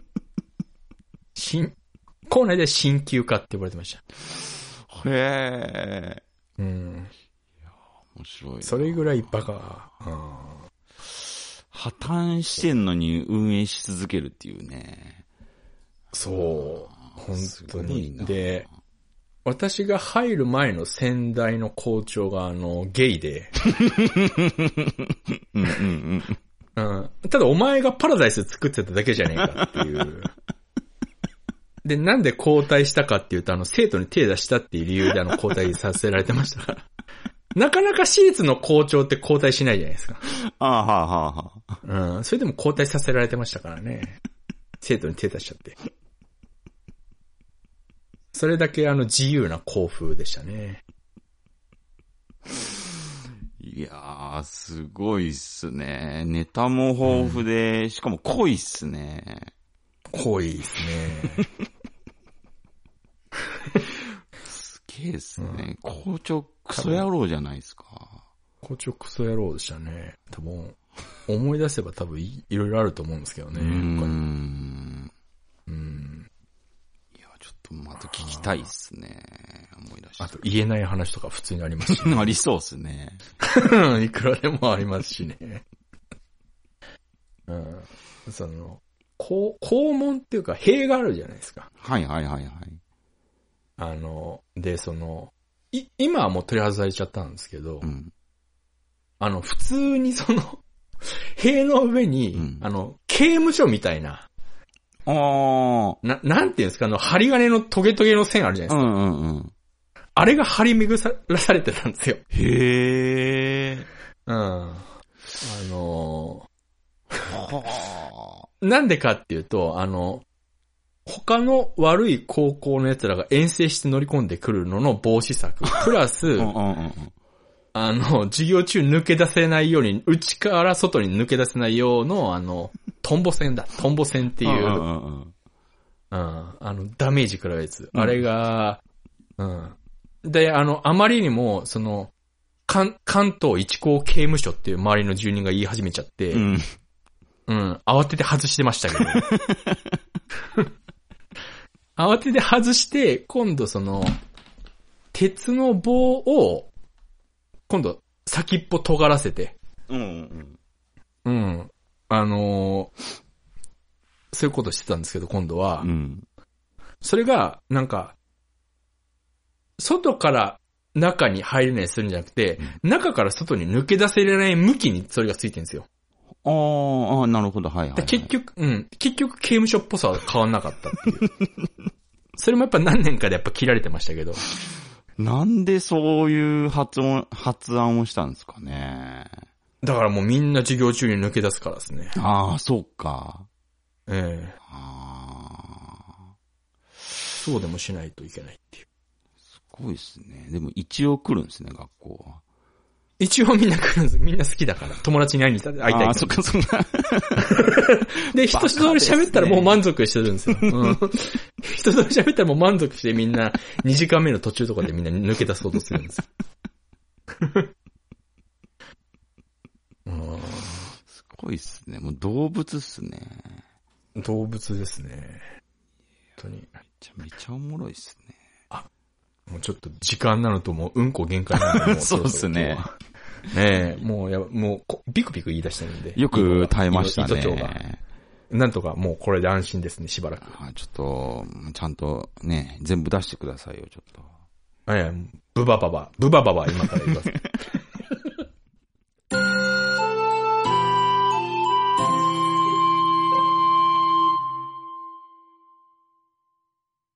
Speaker 1: 進、校内では進級科って言われてました。
Speaker 2: へえ。
Speaker 1: うん。
Speaker 2: 面白いな。
Speaker 1: それぐらいバカが。うん
Speaker 2: 破綻してんのに運営し続けるっていうね。
Speaker 1: そう。本当
Speaker 2: すごい
Speaker 1: に。
Speaker 2: な
Speaker 1: で、私が入る前の先代の校長が、あの、ゲイで、
Speaker 2: うんうん
Speaker 1: うん。ただお前がパラダイス作ってただけじゃねえかっていう。で、なんで交代したかっていうと、あの、生徒に手出したっていう理由で、あの、交代させられてましたから。なかなか私立の校長って交代しないじゃないですか。
Speaker 2: うん。ああ、はあはあはあ。
Speaker 1: うん。それでも交代させられてましたから ね。生徒に手出しちゃって。それだけあの自由な校風でしたね。
Speaker 2: いやー、すごいっすね。ネタも豊富で、しかも濃いっすね。
Speaker 1: 濃いですね。
Speaker 2: すげえっすね。校長クソ野郎じゃないですか。
Speaker 1: 校長クソ野郎でしたね。多分、思い出せば多分いいろいろあると思うんですけどね。
Speaker 2: うー
Speaker 1: 他に
Speaker 2: ん。
Speaker 1: うん。
Speaker 2: いや、ちょっとまた聞きたいっすね。思い出した
Speaker 1: あと言えない話とか普通にありますし、
Speaker 2: ありそうっすね。
Speaker 1: うんいくらでもありますしね。うん。その、校、校門っていうか塀があるじゃないですか。
Speaker 2: はいはいはいはい。
Speaker 1: あの、で、その、い、今はもう取り外されちゃったんですけど、
Speaker 2: うん。
Speaker 1: あの、普通にその、 塀の上に、
Speaker 2: うん
Speaker 1: あの、刑務所みたいな、
Speaker 2: ああ。
Speaker 1: な、なんていうんですか、あの、針金のトゲトゲの線あるじゃな
Speaker 2: う
Speaker 1: いですか。
Speaker 2: んうんうん。
Speaker 1: あれが張り巡らされてたんですよ。
Speaker 2: へえ。
Speaker 1: うん。あの
Speaker 2: は
Speaker 1: ーなんでかっていうと、あの、他の悪い高校の奴らが遠征して乗り込んでくるのの防止策。プラ
Speaker 2: あ。
Speaker 1: ス
Speaker 2: う、んうんうんうん。
Speaker 1: あの、授業中抜け出せないように、内から外に抜け出せないようの、あの、トンボ戦だ。トンボ戦っていう、
Speaker 2: ん
Speaker 1: うん
Speaker 2: んうんうん
Speaker 1: あの、ダメージ食らうやつ。
Speaker 2: うん
Speaker 1: あれが、うん。で、あの、あまりにも、その、関、関東一高刑務所っていう周りの住人が言い始めちゃって、
Speaker 2: うん。
Speaker 1: うん、慌てて外してましたけど。 慌てて外して、今度その、鉄の棒を、今度、先っぽ尖らせて、
Speaker 2: うん
Speaker 1: う
Speaker 2: うん
Speaker 1: ん。あのーそういうことしてたんですけど、今度は
Speaker 2: う。ん。
Speaker 1: それが、なんか、外から中に入れないようにするんじゃなくて、中から外に抜け出せれない向きにそれがついてるんですよ。
Speaker 2: あーあー、なるほど、はいはい、は
Speaker 1: で
Speaker 2: い。
Speaker 1: 結局、うん。結局刑務所っぽさは変わんなかったっていう。 それもやっぱ何年かでやっぱ切られてましたけど。
Speaker 2: なんでそういう発音、発案をしたんですかね。
Speaker 1: だからもうみんな授業中に抜け出すからですね。
Speaker 2: ああ、そうか。
Speaker 1: ええ
Speaker 2: ああ、
Speaker 1: そうでもしないといけないっていう。
Speaker 2: すごいですね。でも一応来るんですね、学校は。
Speaker 1: 一応みんな来るんです。みんな好きだから。友達に会いに行った会いたいか
Speaker 2: あ
Speaker 1: ら
Speaker 2: あ、。そっかそっか。
Speaker 1: で、一通り喋ったらもう満足してるんですよ。うん、 一通り喋ったらもう満足してみんな、2時間目の途中とかでみんな抜け出そうとするんですよ。
Speaker 2: すごいっすね。もう動物っすね。め
Speaker 1: うん動物ですね。本当に。
Speaker 2: ちゃめちゃおもろいっすね。
Speaker 1: もうちょっと時間なのともううんこ限界なの でも
Speaker 2: そうっすね
Speaker 1: そろそろ今日はねえ、もうやば、もうこビクビク言い出したので。
Speaker 2: よく耐えました
Speaker 1: 糸糸長が
Speaker 2: ね。
Speaker 1: なんとかもうこれで安心ですね、しばらく。
Speaker 2: あーちょっと、ちゃんとね、全部出してくださいよ、ちょっと。
Speaker 1: ええ、ブバババ、ブバババ今から言います。